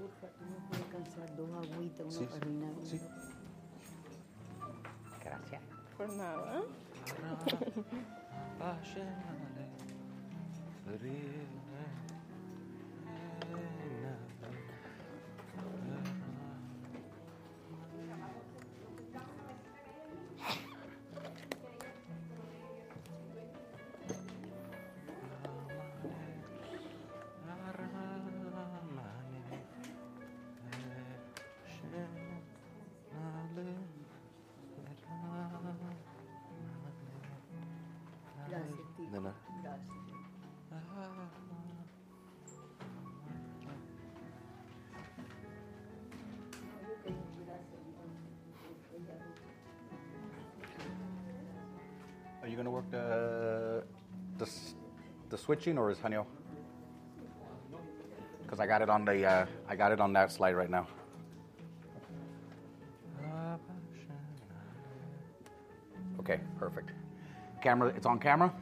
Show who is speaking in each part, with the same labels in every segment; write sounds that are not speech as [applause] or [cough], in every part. Speaker 1: no puedes alcanzar dos agüitas, una
Speaker 2: Sí,
Speaker 1: para orinar, una
Speaker 2: sí.
Speaker 1: para-
Speaker 2: Gracias.
Speaker 3: Por nada.
Speaker 1: Gracias, tío.
Speaker 2: De nada.
Speaker 1: Gracias.
Speaker 2: Are you going to work the, the, s- the switching or is Hanyo? Because I got it on the uh, I got it on that slide right now. Okay, perfect. Camera, it's on camera.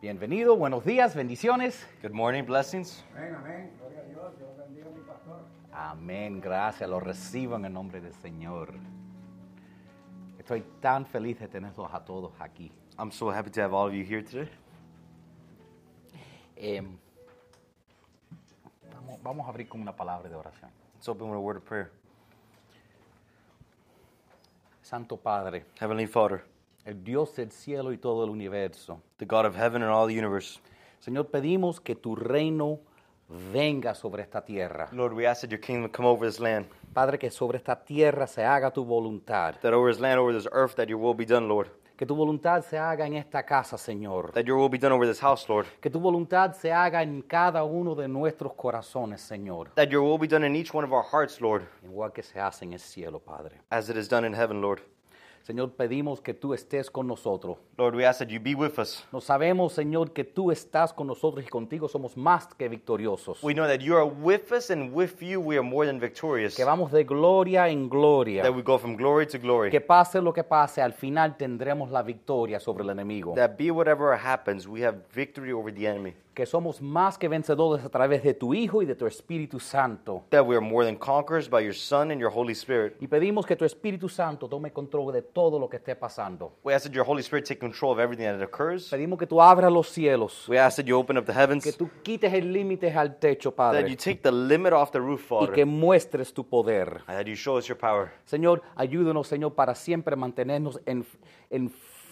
Speaker 2: Bienvenido, buenos días, bendiciones.
Speaker 4: Good morning, blessings.
Speaker 5: Amén, amén. Gloria a Dios. Dios bendiga a mi pastor.
Speaker 2: Amén, gracias. Lo reciban en nombre del Señor. Estoy tan feliz de tenerlos a todos aquí.
Speaker 4: I'm so happy to have all of you here today.
Speaker 2: Em, vamos, vamos a abrir con una palabra de oración.
Speaker 4: Let's open with a word of prayer.
Speaker 2: Santo Padre,
Speaker 4: Heavenly Father,
Speaker 2: el Dios del cielo y todo el universo,
Speaker 4: the God of heaven and all the universe,
Speaker 2: Señor, pedimos que tu reino venga sobre esta tierra.
Speaker 4: Lord, we ask that your kingdom come over this land,
Speaker 2: Padre, que sobre esta tierra se haga tu voluntad.
Speaker 4: that over this land, over this earth, that your will be done, Lord.
Speaker 2: Que tu voluntad se haga en esta casa, Señor.
Speaker 4: That your will be done over this house, Lord.
Speaker 2: Que tu voluntad se haga en cada uno de nuestros corazones, Señor.
Speaker 4: That your will be done in each one of our hearts, Lord,
Speaker 2: igual que se hace en el cielo, Padre.
Speaker 4: as it is done in heaven, Lord.
Speaker 2: Señor, pedimos que tú estés con nosotros.
Speaker 4: Lord, we ask that you be with us.
Speaker 2: Nos sabemos, Señor, que tú estás con nosotros y contigo somos más que victoriosos.
Speaker 4: We know that you are with us, and with you, we are more than victorious.
Speaker 2: Que vamos de gloria en gloria.
Speaker 4: That we go from glory to glory.
Speaker 2: Que pase lo que pase, al final tendremos la victoria sobre el enemigo.
Speaker 4: That be whatever happens, we have victory over the enemy.
Speaker 2: Que somos más que vencedores a través de tu Hijo y de tu Espíritu Santo.
Speaker 4: That we are more than conquerors by your Son and your Holy Spirit.
Speaker 2: Y pedimos que tu Espíritu Santo tome control de todo lo que esté pasando.
Speaker 4: We ask that your Holy Spirit take control of everything that occurs.
Speaker 2: Pedimos que tú abras los cielos.
Speaker 4: We ask that you open up the heavens,
Speaker 2: Que tú quites el límite al techo,
Speaker 4: that you
Speaker 2: Padre.
Speaker 4: take the limit off the roof,
Speaker 2: Y que
Speaker 4: Father,
Speaker 2: muestres tu poder.
Speaker 4: and that you show us your power.
Speaker 2: Señor, ayúdenos, Señor, para siempre mantenernos en-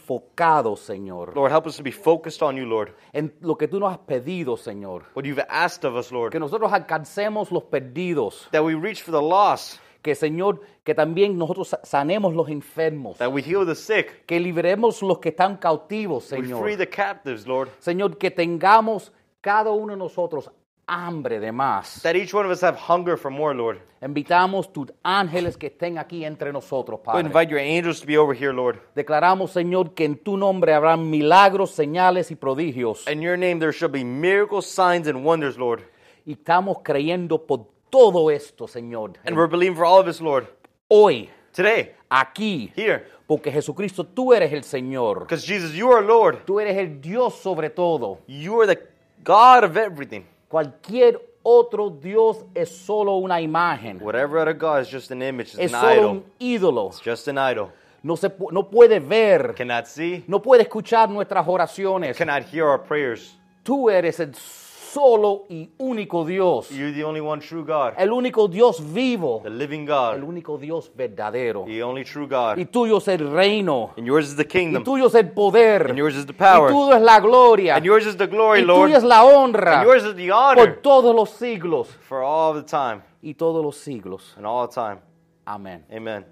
Speaker 2: enfocados, Señor,
Speaker 4: Lord, help us to be focused on you, Lord.
Speaker 2: en lo que tú nos has pedido, Señor.
Speaker 4: What you've asked of us,
Speaker 2: Que
Speaker 4: Lord,
Speaker 2: nosotros alcancemos los perdidos.
Speaker 4: that we reach for the lost,
Speaker 2: Que, Señor, que también nosotros sa- sanemos los enfermos.
Speaker 4: that we heal the sick,
Speaker 2: Que liberemos los que están cautivos,
Speaker 4: we free
Speaker 2: Señor.
Speaker 4: the captives, Lord,
Speaker 2: Señor, que tengamos cada uno de nosotros hambre de más.
Speaker 4: that each one of us have hunger for more, Lord.
Speaker 2: Invitamos tus ángeles que estén aquí entre nosotros,
Speaker 4: We
Speaker 2: Padre.
Speaker 4: invite your angels to be over here, Lord.
Speaker 2: Declaramos, Señor, que en tu nombre habrá milagros, señales y prodigios.
Speaker 4: In your name, there shall be miracles, signs, and wonders, Lord.
Speaker 2: Y estamos creyendo por todo esto, Señor.
Speaker 4: And we're believing for all of us, Lord,
Speaker 2: Hoy,
Speaker 4: today,
Speaker 2: aquí,
Speaker 4: here,
Speaker 2: porque Jesucristo, tú eres el Señor.
Speaker 4: because Jesus, you are Lord.
Speaker 2: Tú eres el Dios sobre todo.
Speaker 4: You are the God of everything.
Speaker 2: Cualquier otro Dios es solo una imagen.
Speaker 4: Whatever other God is just an image, it's
Speaker 2: Es
Speaker 4: an
Speaker 2: solo
Speaker 4: Pues, idol.
Speaker 2: un ídolo.
Speaker 4: It's just an idol.
Speaker 2: No, se, pu- no puede ver,
Speaker 4: Cannot see,
Speaker 2: no puede escuchar nuestras oraciones.
Speaker 4: cannot hear our prayers.
Speaker 2: Tú eres el solo y único Dios.
Speaker 4: You're the only one true God,
Speaker 2: El único Dios vivo.
Speaker 4: the living
Speaker 2: El
Speaker 4: God,
Speaker 2: único Dios verdadero.
Speaker 4: the only true
Speaker 2: Y
Speaker 4: God.
Speaker 2: tuyo es el reino.
Speaker 4: And yours is the
Speaker 2: Y
Speaker 4: kingdom,
Speaker 2: tuyo es el poder.
Speaker 4: And yours is the power.
Speaker 2: Y tuyo es la gloria.
Speaker 4: and yours is the glory,
Speaker 2: y tuyo
Speaker 4: Lord,
Speaker 2: es la honra.
Speaker 4: And yours is the honor.
Speaker 2: Por todos los siglos.
Speaker 4: for all the time
Speaker 2: Y todos los siglos.
Speaker 4: and all the time.
Speaker 2: Amén.
Speaker 4: Amen.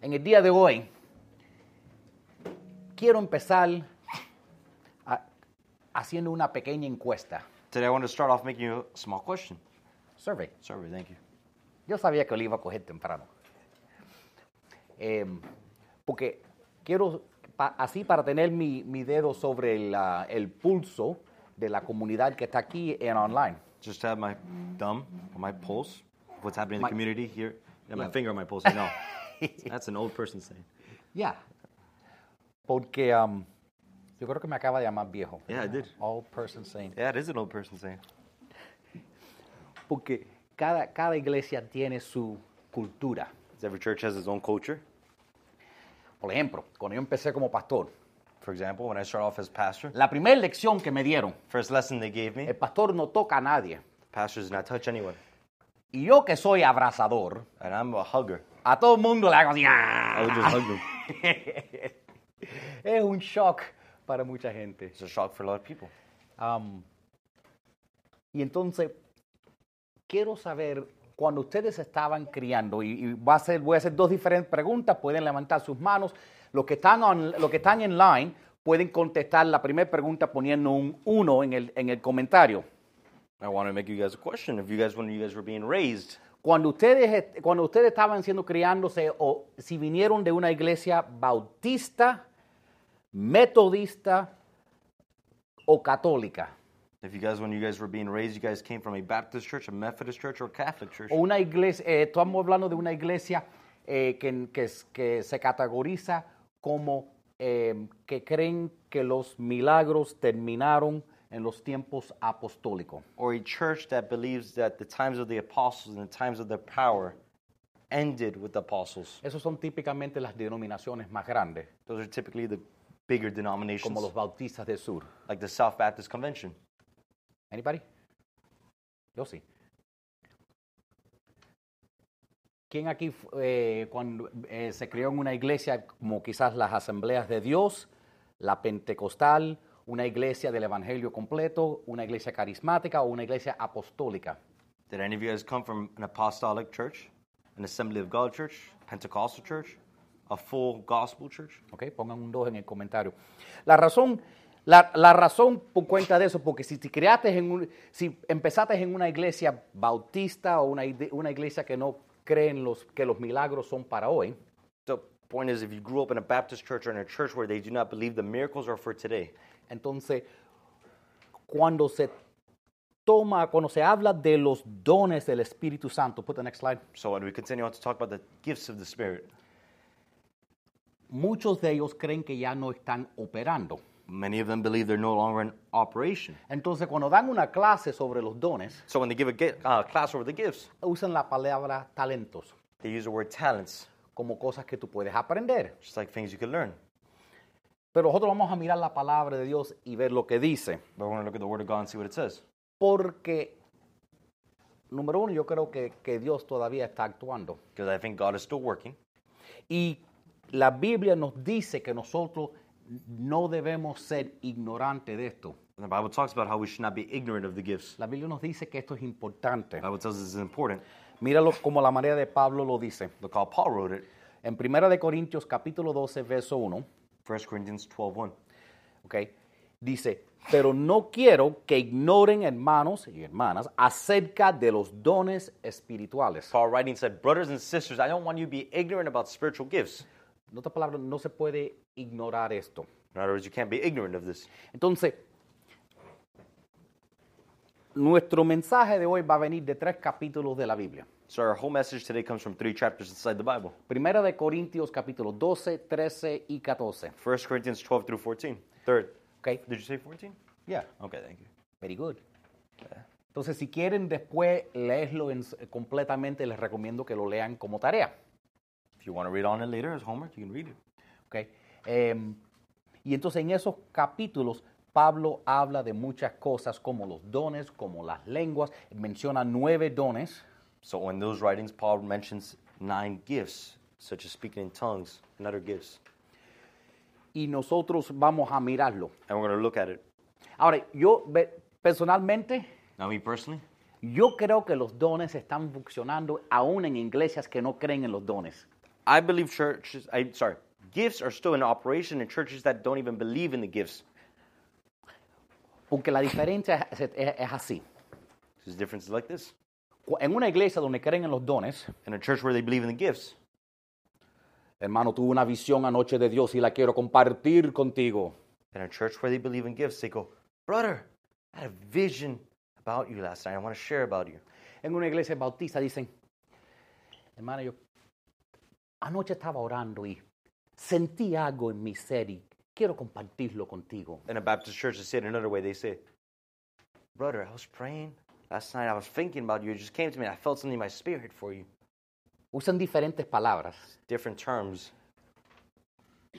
Speaker 2: En el día de hoy, quiero empezar a- haciendo una pequeña encuesta.
Speaker 4: Today, I want to start off making you a small question.
Speaker 2: Survey.
Speaker 4: Survey, thank you.
Speaker 2: Yo sabía que lo iba a coger temprano. Em, porque quiero, pa- así para tener mi, mi dedo sobre el, ah, el pulso de la comunidad que está aquí en online.
Speaker 4: Just have my thumb on my pulse, what's happening in the
Speaker 2: My-
Speaker 4: community here, and my
Speaker 2: Yeah.
Speaker 4: finger on my pulse.
Speaker 2: [laughs]
Speaker 4: No, that's an old person saying.
Speaker 2: Ya. Porque am, um, yo Yo creo que me acaba de llamar viejo.
Speaker 4: Yeah, I did.
Speaker 2: All person saint.
Speaker 4: Yeah, it is an old person saying.
Speaker 2: Porque cada, cada iglesia tiene su cultura.
Speaker 4: Every church has its own culture.
Speaker 2: Por ejemplo, cuando yo empecé como pastor,
Speaker 4: For example, when I start off as pastor,
Speaker 2: la primera lección que me dieron,
Speaker 4: first lesson they gave me,
Speaker 2: el pastor no toca a nadie.
Speaker 4: pastor does not touch anyone.
Speaker 2: Y yo que soy abrazador,
Speaker 4: And I'm a hugger.
Speaker 2: a todo el mundo le hago así. "Ah".
Speaker 4: I would just hug them.
Speaker 2: Es un shock para mucha gente.
Speaker 4: It's a shock for a lot of people.
Speaker 2: Am, y entonces, quiero saber, cuando ustedes estaban criando, y, y va a ser- voy a hacer dos diferentes preguntas, pueden levantar sus manos. Los que están, on- los que están en line pueden contestar la primera pregunta poniendo un 1 en el, en el comentario.
Speaker 4: I want to make you guys a question. If you guys, when you guys were being raised,
Speaker 2: Cuando ustedes, est- cuando ustedes estaban siendo criándose, o si vinieron de una iglesia bautista, metodista o católica,
Speaker 4: if you guys, when you guys were being raised, you guys came from a Baptist church, a Methodist church, or a Catholic church.
Speaker 2: o una iglesia, eh, estamos hablando de una iglesia eh, que, que es- que se categoriza como eh, que creen que los milagros terminaron en los tiempos apostólicos.
Speaker 4: or a church that believes that the times of the apostles and the times of their power ended with the apostles.
Speaker 2: Esas son típicamente las denominaciones más grandes,
Speaker 4: Those are typically the bigger denominations,
Speaker 2: como los bautistas del sur.
Speaker 4: like the South Baptist Convention.
Speaker 2: Anybody? Yo sí. ¿Quién aquí fu- eh, cuando eh, se creó en una iglesia como quizás las asambleas de Dios, la pentecostal, una iglesia del evangelio completo, una iglesia carismática o una iglesia apostólica?
Speaker 4: Did any of you guys come from an apostolic church, an Assembly of God church, Pentecostal church, a full gospel church?
Speaker 2: ¿ok? Pongan un 2 en el comentario. La razón, la, la razón por cuenta de eso, porque si te creaste en un, si empezaste en una iglesia bautista o una, ide- una iglesia que no cree en los, que los milagros son para hoy,
Speaker 4: The point is, if you grew up in a Baptist church or in a church where they do not believe the miracles are for today,
Speaker 2: entonces cuando se toma, cuando se habla de los dones del Espíritu Santo, put the next slide,
Speaker 4: so when we continue on to talk about the gifts of the Spirit,
Speaker 2: muchos de ellos creen que ya no están operando.
Speaker 4: many of them believe they're no longer in operation.
Speaker 2: Entonces cuando dan una clase sobre los dones,
Speaker 4: So when they give a gi- uh, class over the gifts,
Speaker 2: usan la palabra talentos
Speaker 4: they use the word talents,
Speaker 2: como cosas que tú puedes aprender.
Speaker 4: just like things you can learn.
Speaker 2: Pero nosotros vamos a mirar la palabra de Dios y ver lo que dice.
Speaker 4: But we're going to look at the Word of God and see what it says.
Speaker 2: Porque, número uno, yo creo que, que Dios todavía está actuando.
Speaker 4: Because I think God is still working.
Speaker 2: Y la Biblia nos dice que nosotros no debemos ser ignorantes de esto.
Speaker 4: And the Bible talks about how we should not be ignorant of the gifts.
Speaker 2: La Biblia nos dice que esto es importante.
Speaker 4: The Bible tells us it's important.
Speaker 2: Míralo como la manera de Pablo lo dice.
Speaker 4: Look how Paul wrote it.
Speaker 2: En 1 de Corintios capítulo 12, verso 1,
Speaker 4: 1 Corinthians 12.1.
Speaker 2: ¿ok? dice, pero no quiero que ignoren hermanos y hermanas acerca de los dones espirituales.
Speaker 4: Paul writing said, Brothers and sisters, I don't want you to be ignorant about spiritual gifts.
Speaker 2: En otras palabras, no se puede ignorar esto.
Speaker 4: In other words, you can't be ignorant of this.
Speaker 2: Entonces, nuestro mensaje de hoy va a venir de tres capítulos de la Biblia.
Speaker 4: So our whole message today comes from three chapters inside the Bible.
Speaker 2: Primera de Corintios capítulo 12, 13 y 14.
Speaker 4: 1 Corinthians 12 through 14. Third.
Speaker 2: Okay.
Speaker 4: Did you say 14?
Speaker 2: Yeah,
Speaker 4: Okay, thank you.
Speaker 2: very good. Entonces, si quieren después leerlo en- completamente, les recomiendo que lo lean como tarea.
Speaker 4: If you want to read on it later as homework, you can read it.
Speaker 2: ¿ok? Em, y entonces en esos capítulos Pablo habla de muchas cosas como los dones, como las lenguas, menciona nueve dones.
Speaker 4: So in those writings, Paul mentions nine gifts, such as speaking in tongues and other gifts.
Speaker 2: y nosotros vamos a mirarlo.
Speaker 4: And we're going to look at it.
Speaker 2: Ahora, yo ve- personalmente,
Speaker 4: Now, me personally,
Speaker 2: yo creo que los dones están funcionando aún en iglesias que no creen en los dones.
Speaker 4: I believe churches, I, sorry, gifts are still in operation in churches that don't even believe in the gifts.
Speaker 2: Porque la diferencia es, es- es así.
Speaker 4: There's differences like this.
Speaker 2: Cu- En una iglesia donde creen en los dones,
Speaker 4: In a church where they believe in the gifts,
Speaker 2: hermano, tuve una visión anoche de Dios y la quiero compartir contigo.
Speaker 4: in a church where they believe in gifts, they go, Brother, I had a vision about you last night. I want to share about you.
Speaker 2: En una iglesia bautista dicen, hermano, yo anoche estaba orando y sentí algo en mi ser y quiero compartirlo contigo.
Speaker 4: In a Baptist church, they say it another way. They say, Brother, I was praying last night. I was thinking about you. It just came to me. I felt something in my spirit for you.
Speaker 2: Usan diferentes palabras,
Speaker 4: Different terms.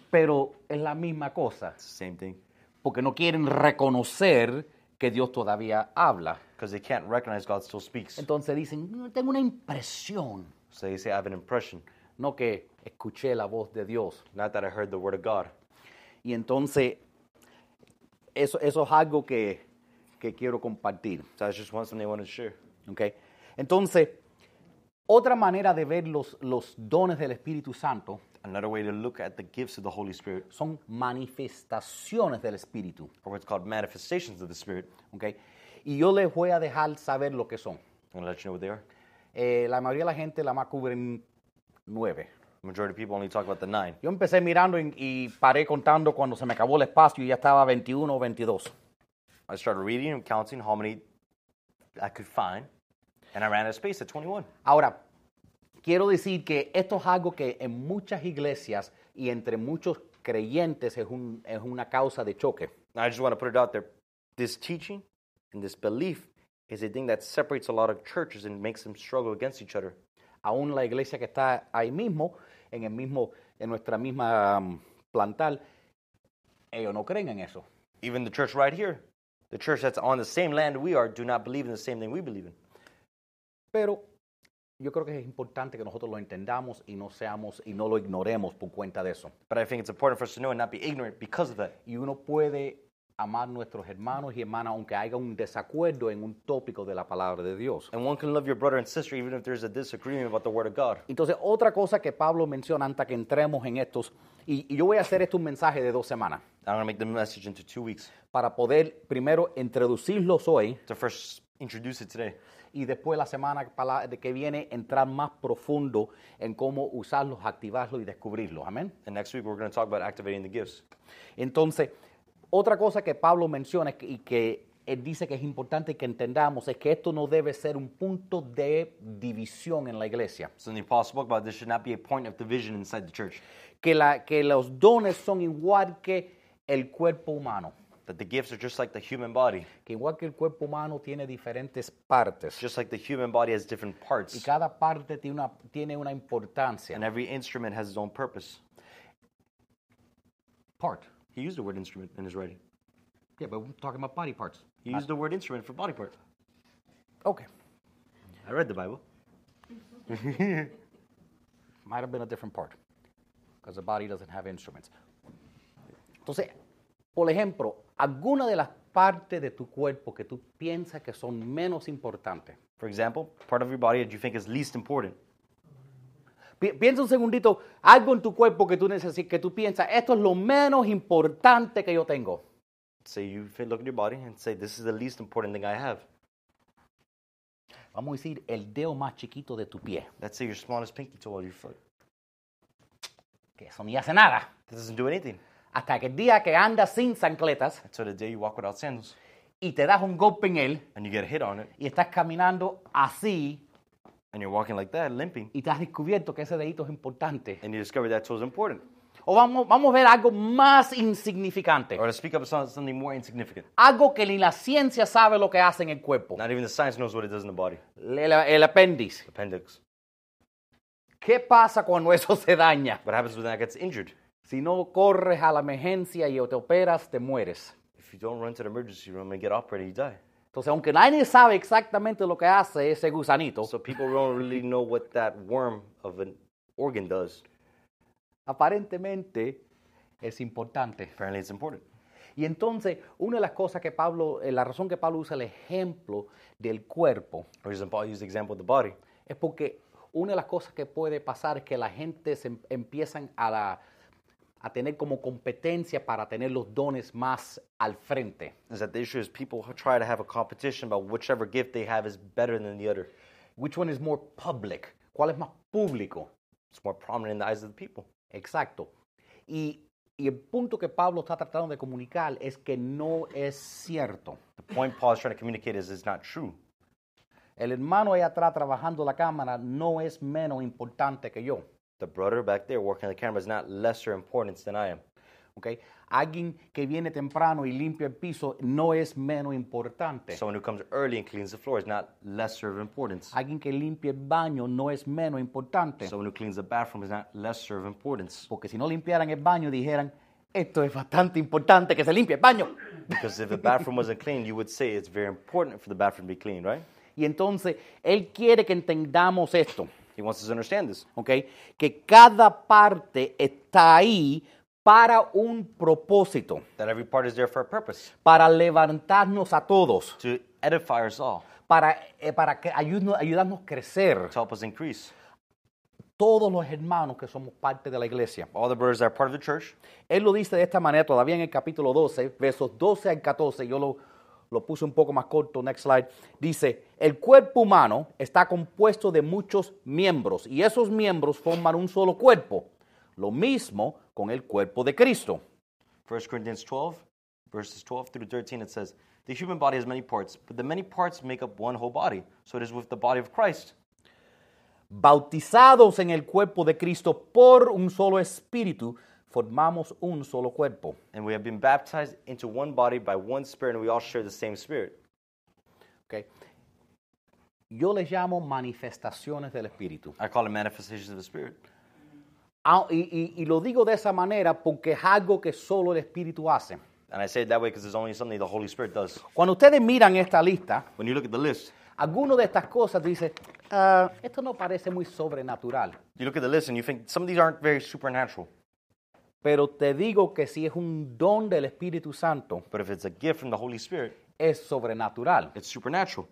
Speaker 2: pero es la misma cosa,
Speaker 4: It's the same thing.
Speaker 2: porque no quieren reconocer que Dios todavía habla.
Speaker 4: Because they can't recognize God still speaks.
Speaker 2: Entonces dicen, "No, tengo una impresión,
Speaker 4: So they say, I have an impression.
Speaker 2: no que escuché la voz de Dios.
Speaker 4: Not that I heard the word of God.
Speaker 2: Y entonces, eso, eso es algo que, que quiero compartir.
Speaker 4: So that's just one something I wanted to share.
Speaker 2: ¿ok? Entonces, otra manera de ver los, los dones del Espíritu Santo
Speaker 4: Another way to look at the gifts of the Holy Spirit
Speaker 2: son manifestaciones del Espíritu.
Speaker 4: are what's called manifestations of the Spirit.
Speaker 2: ¿ok? Y yo les voy a dejar saber lo que son.
Speaker 4: I'm going to let you know what they are.
Speaker 2: Eh, la mayoría de la gente la más cubren nueve.
Speaker 4: The majority of people only talk about the nine.
Speaker 2: Yo empecé mirando y, y paré contando cuando se me acabó el espacio y ya estaba 21 o 22.
Speaker 4: I started reading and counting how many I could find, and I ran out of space at 21.
Speaker 2: Ahora, quiero decir que esto es algo que en muchas iglesias y entre muchos creyentes es, un- es una causa de choque.
Speaker 4: Now, I just want to put it out there. This teaching and this belief is a thing that separates a lot of churches and makes them struggle against each other.
Speaker 2: Aún la iglesia que está ahí mismo, en, el mismo, en nuestra misma um, plantal, ellos no creen en eso.
Speaker 4: Even the church right here, the church that's on the same land we are, do not believe in the same thing we believe in.
Speaker 2: Pero yo creo que es importante que nosotros lo entendamos y no seamos y no lo ignoremos por cuenta de eso.
Speaker 4: But I think it's important for us to know and not be ignorant because of that.
Speaker 2: Y uno puede amar nuestros hermanos y hermanas aunque haya un desacuerdo en un tópico de la palabra de Dios.
Speaker 4: And one can love your brother and sister even if there's a disagreement about the Word of God.
Speaker 2: Entonces, otra cosa que Pablo menciona antes que entremos en estos, y, y yo voy a hacer esto un mensaje de dos semanas,
Speaker 4: I'm going to make the message into two weeks
Speaker 2: para poder primero introducirlos hoy
Speaker 4: to first introduce it today.
Speaker 2: y después la semana pala- de que viene entrar más profundo en cómo usarlos, activarlos y descubrirlos. Amén.
Speaker 4: And next week, we're going to talk about activating the gifts.
Speaker 2: Entonces, otra cosa que Pablo menciona es que- y que él dice que es importante que entendamos es que esto no debe ser un punto de división en la iglesia.
Speaker 4: So the apostle spoke about this should not be a point of division inside the church.
Speaker 2: Que, la, que los dones son igual que el cuerpo humano.
Speaker 4: That the gifts are just like the human body.
Speaker 2: que igual que el cuerpo humano tiene diferentes partes
Speaker 4: Just like the human body has different
Speaker 2: y
Speaker 4: parts.
Speaker 2: cada parte tiene una, tiene una importancia.
Speaker 4: And every instrument has its own purpose.
Speaker 2: Part.
Speaker 4: He used the word instrument in his writing.
Speaker 2: Yeah, but we're talking about body parts.
Speaker 4: He used the word instrument for body part.
Speaker 2: Okay.
Speaker 4: I read the Bible.
Speaker 2: Might have been a different part. Because the body doesn't have instruments. Entonces, por ejemplo, alguna de las partes de tu cuerpo que tú piensas que son menos importantes.
Speaker 4: For example, part of your body that you think is least important.
Speaker 2: Pi- piensa un segundito, algo en tu cuerpo que tú necesitas, que tú piensas, esto es lo menos importante que yo tengo.
Speaker 4: Say you fit- look at your body and say, This is the least important thing I have.
Speaker 2: Vamos a decir el dedo más chiquito de tu pie,
Speaker 4: Let's say your smallest pinky toe on your foot.
Speaker 2: que eso ni hace nada.
Speaker 4: This doesn't do anything.
Speaker 2: hasta que el día que andas sin zancletas
Speaker 4: Until the day you walk without sandals
Speaker 2: y te das un golpe en él
Speaker 4: and you get hit on it
Speaker 2: y estás caminando así
Speaker 4: and you're walking like that, limping,
Speaker 2: y te has descubierto que ese dedito es importante.
Speaker 4: and you discover that toe is important.
Speaker 2: O vamos, vamos a ver algo más insignificante,
Speaker 4: Or to speak up on something more insignificant.
Speaker 2: algo que ni la ciencia sabe lo que hace en el cuerpo,
Speaker 4: Not even the science knows what it does in the body.
Speaker 2: el, el apéndice.
Speaker 4: Appendix.
Speaker 2: ¿Qué pasa cuando eso [laughs] se daña?
Speaker 4: What happens when that gets injured?
Speaker 2: Si no corres a la emergencia y o te operas, te mueres.
Speaker 4: If you don't run to the emergency room and get operated, you die.
Speaker 2: Entonces, aunque nadie sabe exactamente lo que hace ese gusanito,
Speaker 4: So people don't really know what that worm of an organ does.
Speaker 2: aparentemente es importante.
Speaker 4: Apparently, it's important.
Speaker 2: Y entonces, una de las cosas que Pablo, eh, la razón que Pablo usa el ejemplo del cuerpo,
Speaker 4: For example, Paul used the example of the body.
Speaker 2: es porque una de las cosas que puede pasar es que la gente se em- empiezan a, la- a tener como competencia para tener los dones más al frente.
Speaker 4: Is that the issue is people who try to have a competition about whichever gift they have is better than the other.
Speaker 2: Which one is more public? ¿Cuál es más público?
Speaker 4: It's more prominent in the eyes of the people.
Speaker 2: Exacto. Y, y el punto que Pablo está tratando de comunicar es que no es cierto.
Speaker 4: The point Paul is trying to communicate is it's not true.
Speaker 2: El hermano allá atrás trabajando la cámara no es menos importante que yo.
Speaker 4: The brother back there working on the camera is not lesser importance than I am.
Speaker 2: ¿ok? Alguien que viene temprano y limpia el piso no es menos importante.
Speaker 4: Someone who comes early and cleans the floor is not lesser of importance.
Speaker 2: Alguien que limpia el baño no es menos importante.
Speaker 4: Someone who cleans the bathroom is not lesser of importance.
Speaker 2: Porque si no limpiaran el baño dijeran, esto es bastante importante que se limpie el baño.
Speaker 4: Because if the bathroom wasn't clean, you would say it's very important for the bathroom to be clean, right?
Speaker 2: Y entonces, Él quiere que entendamos esto.
Speaker 4: He wants us to understand this.
Speaker 2: ¿ok? Que cada parte está ahí para un propósito,
Speaker 4: That every part is there for a purpose.
Speaker 2: para levantarnos a todos,
Speaker 4: To edify us all.
Speaker 2: para, eh, para que ayudno- ayudarnos a crecer,
Speaker 4: To help us increase.
Speaker 2: todos los hermanos que somos parte de la iglesia.
Speaker 4: All the brothers that are part of the church.
Speaker 2: Él lo dice de esta manera todavía en el capítulo 12, versos 12 al 14, yo lo, lo puse un poco más corto, next slide, dice, el cuerpo humano está compuesto de muchos miembros y esos miembros forman un solo cuerpo, lo mismo con el cuerpo de Cristo.
Speaker 4: 1 Corinthians 12, verses 12 through 13, it says, The human body has many parts, but the many parts make up one whole body. So it is with the body of Christ.
Speaker 2: bautizados en el cuerpo de Cristo por un solo espíritu, formamos un solo cuerpo.
Speaker 4: And we have been baptized into one body by one spirit, and we all share the same spirit.
Speaker 2: ¿ok? Yo le llamo manifestaciones del espíritu.
Speaker 4: I call it manifestations of the spirit.
Speaker 2: Ah, y, y- y lo digo de esa manera porque es algo que solo el espíritu hace.
Speaker 4: And I say it that way because it's only something the Holy Spirit does.
Speaker 2: Cuando ustedes miran esta lista,
Speaker 4: When you look at the list,
Speaker 2: algunas de estas cosas dicen, "Ah, esto no parece muy sobrenatural,
Speaker 4: you look at the list and you think some of these aren't very supernatural.
Speaker 2: pero te digo que si es un don del Espíritu Santo,
Speaker 4: But if it's a gift from the Holy Spirit,
Speaker 2: es sobrenatural.
Speaker 4: it's supernatural.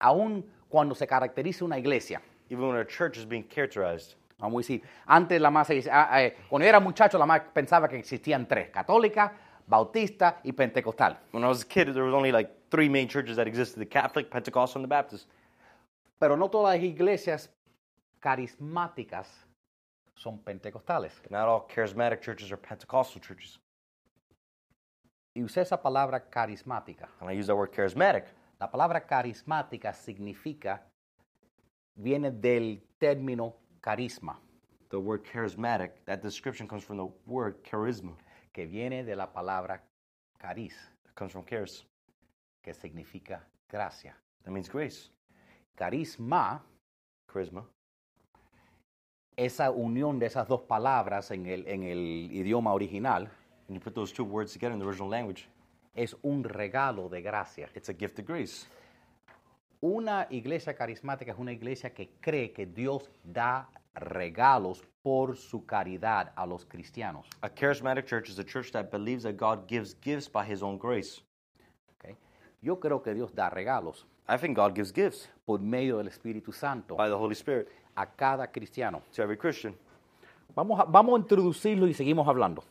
Speaker 2: Aún cuando se caracteriza una iglesia,
Speaker 4: Even when a church is being characterized.
Speaker 2: Vamos a decir, antes la más, "Ah, eh, cuando yo era muchacho, la más pensaba que existían tres, católica, bautista y pentecostal.
Speaker 4: When I was a kid, there was only like three main churches that existed the Catholic, Pentecostal, and the Baptist.
Speaker 2: Pero no todas las iglesias carismáticas son pentecostales.
Speaker 4: But not all charismatic churches are Pentecostal churches.
Speaker 2: Y usé esa palabra carismática.
Speaker 4: And I use that word charismatic.
Speaker 2: La palabra carismática significa, viene del término carisma,
Speaker 4: The word charismatic, that description comes from the word charisma.
Speaker 2: que viene de la palabra caris,
Speaker 4: It comes from charis.
Speaker 2: que significa gracia.
Speaker 4: That means grace.
Speaker 2: Carisma
Speaker 4: Charisma.
Speaker 2: esa unión de esas dos palabras en el, en el idioma original
Speaker 4: When you put those two words together in the original language,
Speaker 2: es un regalo de gracia.
Speaker 4: it's a gift of grace.
Speaker 2: Una iglesia carismática es una iglesia que cree que Dios da regalos por su caridad a los cristianos.
Speaker 4: A charismatic church is a church that believes that God gives gifts by his own grace.
Speaker 2: ¿ok? Yo creo que Dios da regalos
Speaker 4: I think God gives gifts
Speaker 2: por medio del Espíritu Santo
Speaker 4: by the Holy Spirit
Speaker 2: a cada cristiano.
Speaker 4: to every Christian.
Speaker 2: Vamos a, vamos a introducirlo y seguimos hablando.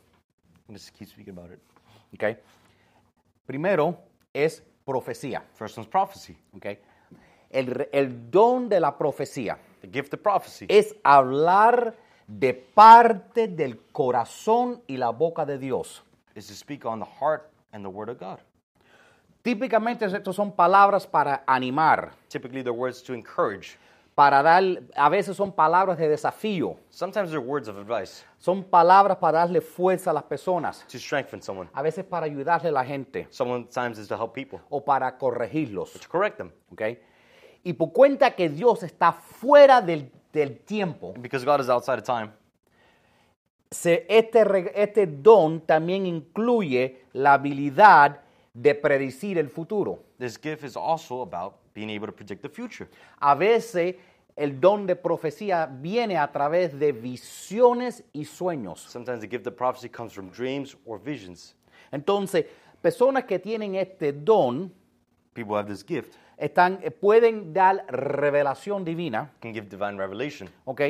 Speaker 4: And just keep speaking about it.
Speaker 2: ¿ok? Primero es profecía.
Speaker 4: First one's prophecy,
Speaker 2: ¿ok? El re- el don de la profecía.
Speaker 4: the gift of prophecy.
Speaker 2: es hablar de parte del corazón y la boca de Dios.
Speaker 4: is to speak on the heart and the word of God.
Speaker 2: Típicamente estas son palabras para animar,
Speaker 4: Typically, they're words to encourage.
Speaker 2: para dar, a veces son palabras de desafío,
Speaker 4: Sometimes they're words of advice
Speaker 2: son palabras para darle fuerza a las personas,
Speaker 4: to strengthen someone.
Speaker 2: a veces para ayudarle a la gente
Speaker 4: Sometimes it's to help people,
Speaker 2: o para corregirlos.
Speaker 4: to correct them.
Speaker 2: ¿ok? Y por cuenta que Dios está fuera del, del tiempo,
Speaker 4: Because God is outside of time.
Speaker 2: se- este, re- este don también incluye la habilidad de predecir el futuro.
Speaker 4: This gift is also about being able to predict the future.
Speaker 2: A veces el don de profecía viene a través de visiones y sueños.
Speaker 4: Sometimes the gift of prophecy comes from dreams or visions.
Speaker 2: Entonces, personas que tienen este don
Speaker 4: People have this gift,
Speaker 2: están, eh, pueden dar revelación divina,
Speaker 4: can give divine revelation
Speaker 2: ¿ok?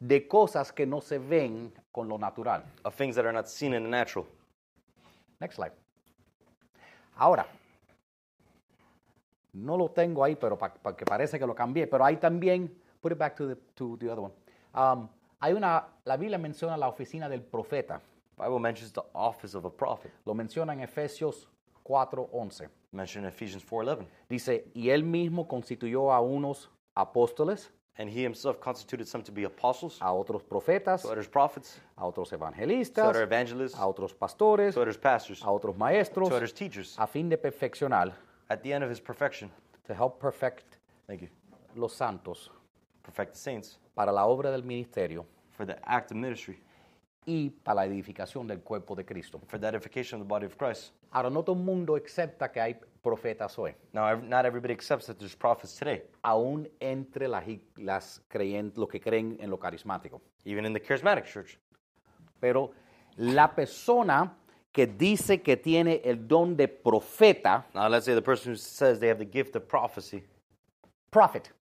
Speaker 2: De cosas que no se ven con lo natural.
Speaker 4: of things that are not seen in the natural.
Speaker 2: Next slide. Ahora, no lo tengo ahí, pero pa- porque parece que lo cambié, pero hay también, put it back to the, to the other one. Um, hay una, la Biblia menciona la oficina del profeta.
Speaker 4: Bible mentions the office of a prophet,
Speaker 2: Lo menciona en Efesios 4:11.
Speaker 4: mentioned in Ephesians 4.11.
Speaker 2: Dice, y él mismo constituyó a unos apóstoles,
Speaker 4: And he himself constituted some to be apostles,
Speaker 2: a otros profetas,
Speaker 4: to others prophets,
Speaker 2: a otros
Speaker 4: to
Speaker 2: evangelistas,
Speaker 4: others evangelists,
Speaker 2: a otros pastores,
Speaker 4: to others pastors,
Speaker 2: a otros
Speaker 4: to
Speaker 2: maestros,
Speaker 4: others teachers.
Speaker 2: a fin de perfeccionar,
Speaker 4: At the end of his perfection,
Speaker 2: to help perfect
Speaker 4: thank you,
Speaker 2: los santos
Speaker 4: perfect the saints
Speaker 2: para la obra del ministerio
Speaker 4: for the act of ministry,
Speaker 2: y para la edificación del cuerpo de Cristo.
Speaker 4: for the edification of the body of Christ.
Speaker 2: Ahora, no todo el mundo acepta que hay profetas hoy,
Speaker 4: Now, ev- not everybody accepts that there's prophets today,
Speaker 2: aún entre las, i- las creyen- los que creen en lo carismático.
Speaker 4: even in the charismatic church.
Speaker 2: Pero la persona que dice que tiene el don de profeta,
Speaker 4: Now, let's say the person who says they have the gift of prophecy,
Speaker 2: prophet,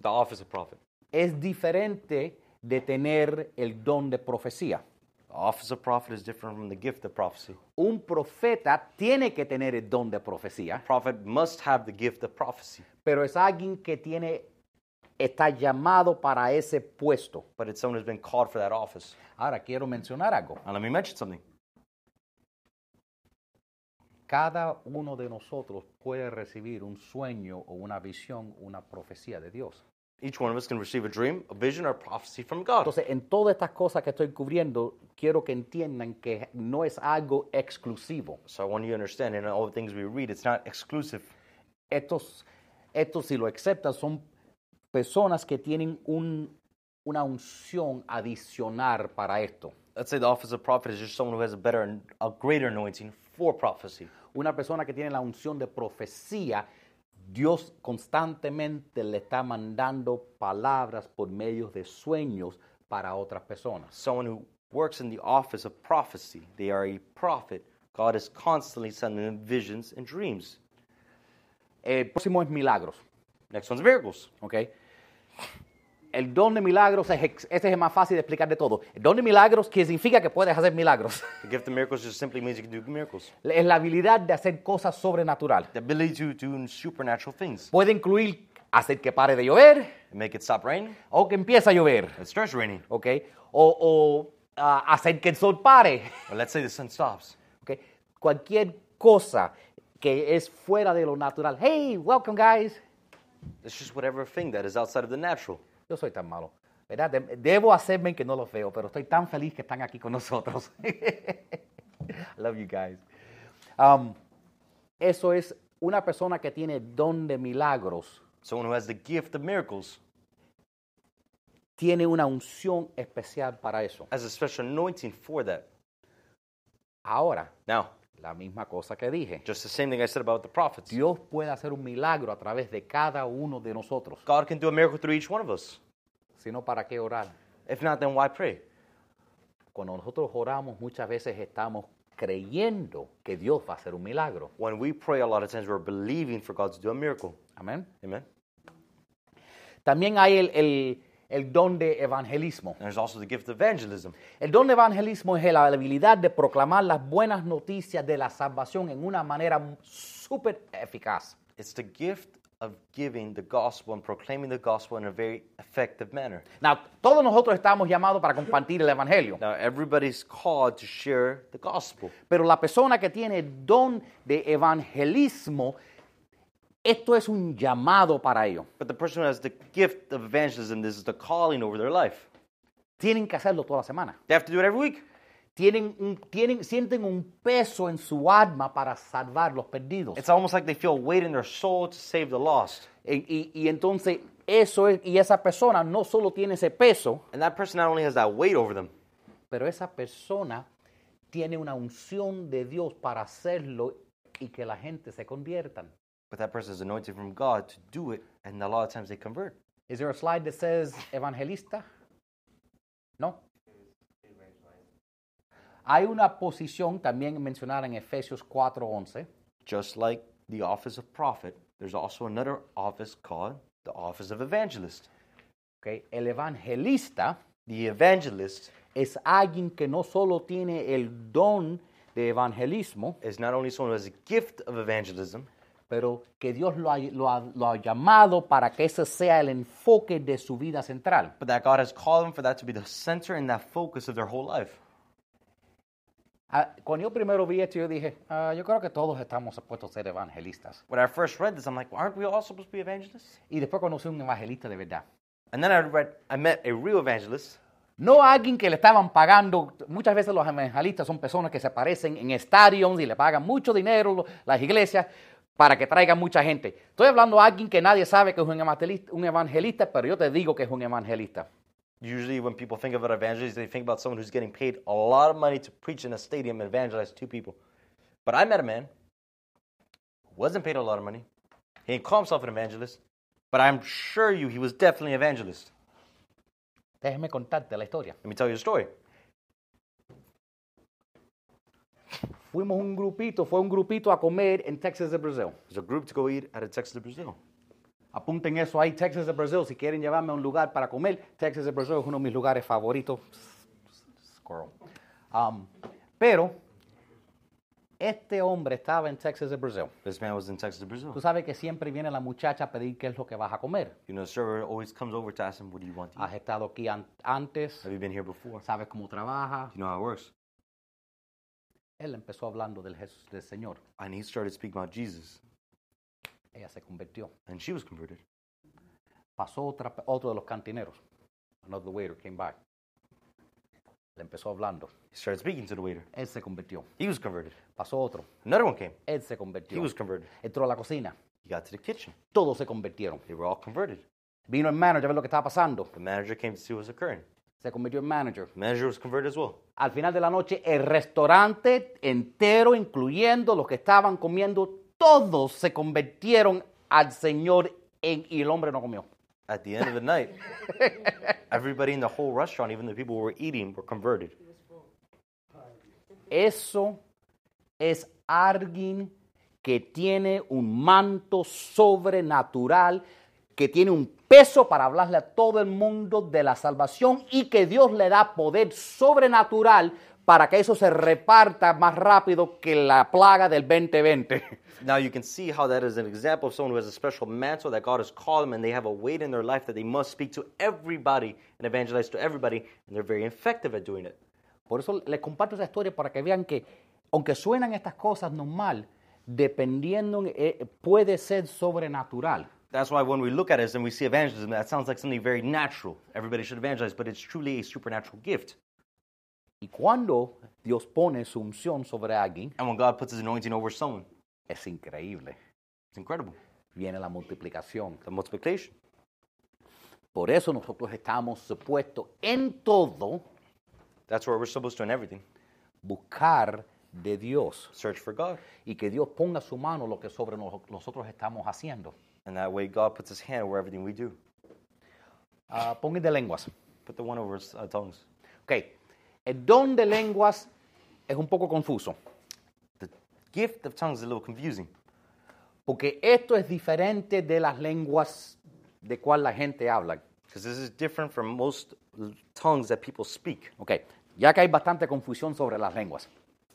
Speaker 4: the office of prophet.
Speaker 2: es diferente de tener el don de profecía.
Speaker 4: The office of prophet is different from the gift of prophecy.
Speaker 2: Un profeta tiene que tener el don de profecía,
Speaker 4: Prophet must have the gift of prophecy,
Speaker 2: pero es alguien que tiene está llamado para ese puesto.
Speaker 4: but it's someone who's been called for that office.
Speaker 2: Ahora quiero mencionar algo.
Speaker 4: Now, let me mention something.
Speaker 2: Cada uno de nosotros puede recibir un sueño o una visión, una profecía de Dios.
Speaker 4: Each one of us can receive a dream, a vision, or a prophecy from God.
Speaker 2: Entonces, en todas estas cosas que estoy cubriendo, quiero que entiendan que no es algo exclusivo.
Speaker 4: So I want you to understand, in all the things we read, it's not exclusive.
Speaker 2: Estos, estos si lo aceptan, son personas que tienen un- una unción adicional para esto.
Speaker 4: Let's say the office of prophet is just someone who has a better, a greater anointing for prophecy.
Speaker 2: Una persona que tiene la unción de profecía, Dios constantemente le está mandando palabras por medio de sueños para otras personas.
Speaker 4: Someone who works in the office of prophecy, they are a prophet. God is constantly sending them visions and dreams.
Speaker 2: El próximo es milagros,
Speaker 4: Next one's miracles.
Speaker 2: ¿ok? El don de milagros, es, ex- este es el más fácil de explicar de todo. El don de milagros que significa que puedes hacer milagros. [laughs]
Speaker 4: The gift of miracles just simply means you can do miracles.
Speaker 2: Es la habilidad de hacer cosas sobrenaturales.
Speaker 4: The ability to do supernatural things.
Speaker 2: Puede incluir hacer que pare de llover
Speaker 4: Make it stop raining.
Speaker 2: o que empiece a llover,
Speaker 4: It starts raining.
Speaker 2: ¿ok? O, o, ah, hacer que el sol pare, [laughs]
Speaker 4: Or let's say the sun stops.
Speaker 2: ¿ok? Cualquier cosa que es fuera de lo natural. Hey, welcome guys.
Speaker 4: It's just whatever thing that is outside of the natural.
Speaker 2: Yo soy tan malo, ¿verdad? De- Debo hacerme que no los veo, pero estoy tan feliz que están aquí con nosotros. [laughs] I love you guys. Um, eso es una persona que tiene don de milagros,
Speaker 4: Someone who has the gift of miracles
Speaker 2: tiene una unción especial para eso.
Speaker 4: has a special anointing for that.
Speaker 2: Ahora,
Speaker 4: Now,
Speaker 2: La misma cosa que dije.
Speaker 4: just the same thing I said about the prophets.
Speaker 2: Dios puede hacer un milagro a través de cada uno de nosotros.
Speaker 4: God can do a miracle through each one of us.
Speaker 2: Si no, ¿para qué orar?
Speaker 4: If not, then why pray?
Speaker 2: Cuando nosotros oramos muchas veces estamos creyendo que Dios va a hacer un milagro.
Speaker 4: When we pray, a lot of times we're believing for God to do a miracle.
Speaker 2: Amén.
Speaker 4: Amen.
Speaker 2: También hay el, el- el don de evangelismo.
Speaker 4: And there's also the gift of evangelism.
Speaker 2: El don de evangelismo es la habilidad de proclamar las buenas noticias de la salvación en una manera súper eficaz.
Speaker 4: It's the gift of giving the gospel and proclaiming the gospel in a very effective manner.
Speaker 2: Now, todos nosotros estamos llamados para compartir el evangelio.
Speaker 4: Now, everybody's called to share the gospel.
Speaker 2: Pero la persona que tiene el don de evangelismo, esto es un llamado para ellos.
Speaker 4: But the person who has the gift of evangelism, this is the calling over their life.
Speaker 2: Tienen que hacerlo toda la semana.
Speaker 4: They have to do it every week.
Speaker 2: Tienen un- tienen, sienten un peso en su alma para salvar los perdidos.
Speaker 4: It's almost like they feel a weight in their soul to save the lost.
Speaker 2: Y, y- y entonces eso es, y esa persona no solo tiene ese peso,
Speaker 4: And that person not only has that weight over them,
Speaker 2: pero esa persona tiene una unción de Dios para hacerlo y que la gente se conviertan.
Speaker 4: but that person is anointed from God to do it, and a lot of times they convert.
Speaker 2: Is there a slide that says evangelista? No. Hay una posición también mencionada en Efesios 4:11,
Speaker 4: Just like the office of prophet, there's also another office called the office of evangelist.
Speaker 2: ¿ok? El evangelista
Speaker 4: The evangelist
Speaker 2: es alguien que no solo tiene el don de evangelismo,
Speaker 4: is not only someone who has a gift of evangelism,
Speaker 2: pero que Dios lo ha, lo ha- lo ha llamado para que ese sea el enfoque de su vida central.
Speaker 4: but that God has called them for that to be the center and that focus of their whole life.
Speaker 2: Ah, Cuando yo primero vi esto, yo dije, "Ah, yo creo que todos estamos supuestos a ser evangelistas.
Speaker 4: When I first read this, I'm like, well, aren't we all supposed to be evangelists?
Speaker 2: Y después conocí un evangelista de verdad.
Speaker 4: And then I, read, I met a real evangelist
Speaker 2: No a alguien que le estaban pagando. Muchas veces los evangelistas son personas que se aparecen en estadios y le pagan mucho dinero lo- las iglesias para que traigan mucha gente. Estoy hablando a alguien que nadie sabe que es un evangelista, un evangelista, pero yo te digo que es un evangelista.
Speaker 4: Usually, when people think about evangelists, they think about someone who's getting paid a lot of money to preach in a stadium and evangelize two people. But I met a man who wasn't paid a lot of money. He didn't call himself an evangelist, but I'm sure you he was definitely an evangelist.
Speaker 2: Déjeme contarte la historia.
Speaker 4: Let me tell you a story.
Speaker 2: Fuimos un grupito, fue un grupito a comer en Texas de Brasil.
Speaker 4: There's a group to go eat at a Texas de Brazil.
Speaker 2: Apunten eso ahí, Texas de Brasil. Si quieren llevarme a un lugar para comer, Texas de Brasil es uno de mis lugares favoritos. Squirrel. Um, pero este hombre estaba en Texas de Brasil.
Speaker 4: This man was in Texas de
Speaker 2: Tú
Speaker 4: Brazil.
Speaker 2: sabes que siempre viene la muchacha a pedir qué es lo que vas a comer.
Speaker 4: You know, the server always comes over to ask him, What do you want to eat?
Speaker 2: Has estado aquí an- antes,
Speaker 4: Have you been here before?
Speaker 2: sabes cómo trabaja.
Speaker 4: You know how it works.
Speaker 2: Él empezó hablando del, Jesús, del Señor.
Speaker 4: And he started speaking about Jesus,
Speaker 2: Ella se convirtió.
Speaker 4: and she was converted.
Speaker 2: Pasó otra, otro de los cantineros. Another waiter came by. Le empezó hablando.
Speaker 4: He started speaking to the waiter.
Speaker 2: Él se convirtió.
Speaker 4: He was converted.
Speaker 2: Pasó otro.
Speaker 4: Another one came.
Speaker 2: Él se
Speaker 4: He
Speaker 2: convirtió.
Speaker 4: was converted.
Speaker 2: Entró a la cocina.
Speaker 4: He got to the kitchen.
Speaker 2: Todos se convirtieron.
Speaker 4: They were all converted.
Speaker 2: Vino el manager a ver lo que estaba pasando.
Speaker 4: The manager came to see what was occurring.
Speaker 2: Se convirtió en manager.
Speaker 4: The manager was converted as well.
Speaker 2: Al final de la noche, el restaurante entero, incluyendo los que estaban comiendo, todos se convirtieron al Señor en- y el hombre no comió.
Speaker 4: At the end of the night, everybody in the whole restaurant, even the people who were eating, were converted.
Speaker 2: Eso es alguien que tiene un manto sobrenatural, que tiene un peso para hablarle a todo el mundo de la salvación y que Dios le da poder sobrenatural para que eso se reparta más rápido que la plaga del 2020.
Speaker 4: Now you can see how that is an example of someone who has a special mantle that God has called them and they have a weight in their life that they must speak to everybody and evangelize to everybody, and they're very effective at doing it.
Speaker 2: [laughs] Por eso les comparto esa historia para que vean que, aunque suenan estas cosas normal, dependiendo, eh, puede ser sobrenatural.
Speaker 4: That's why when we look at this and we see evangelism, that sounds like something very natural. Everybody should evangelize, but it's truly a supernatural gift.
Speaker 2: Y cuando Dios pone su unción sobre alguien,
Speaker 4: And when God puts his anointing over someone,
Speaker 2: es increíble.
Speaker 4: it's incredible.
Speaker 2: Viene la multiplicación.
Speaker 4: The multiplication.
Speaker 2: Por eso nosotros estamos supuestos en todo
Speaker 4: That's where we're supposed to in everything.
Speaker 2: buscar de Dios
Speaker 4: Search for God.
Speaker 2: y que Dios ponga su mano lo que sobre nos- nosotros estamos haciendo.
Speaker 4: And that way God puts his hand over everything we do.
Speaker 2: Ah, pongan de lenguas.
Speaker 4: Put the one over his uh, tongues.
Speaker 2: Ok. El don de lenguas es un poco confuso.
Speaker 4: The gift of tongues is a little confusing
Speaker 2: Porque esto es diferente de las lenguas de cual la gente habla.
Speaker 4: because this is different from most l- tongues that people speak.
Speaker 2: Ok, ya que hay bastante confusión sobre las lenguas.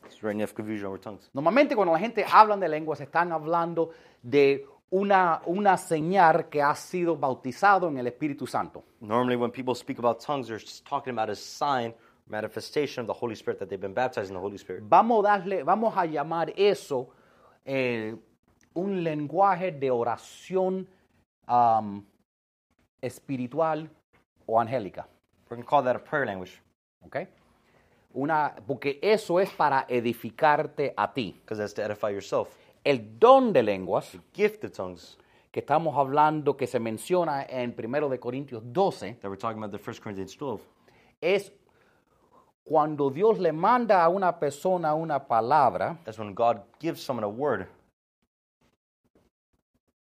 Speaker 4: It's right enough confusion over tongues.
Speaker 2: Normalmente cuando la gente habla de lenguas están hablando de una, una señal que ha sido bautizado en el Espíritu Santo.
Speaker 4: Normally, when people speak about tongues, they're just talking about a sign, manifestation of the Holy Spirit that they've been baptized in the Holy Spirit.
Speaker 2: Vamos a, darle, vamos a llamar eso eh, un lenguaje de oración um, espiritual o angélica.
Speaker 4: We're going to call that a prayer language
Speaker 2: ¿ok? Una, porque eso es para edificarte a ti.
Speaker 4: because that's to edify yourself.
Speaker 2: El don de lenguas,
Speaker 4: Gift of tongues
Speaker 2: que estamos hablando, que se menciona en 1 de Corintios 12,
Speaker 4: that we're talking about, the 1 Corinthians 12.
Speaker 2: es cuando Dios le manda a una persona una palabra,
Speaker 4: That's when God gives someone a word,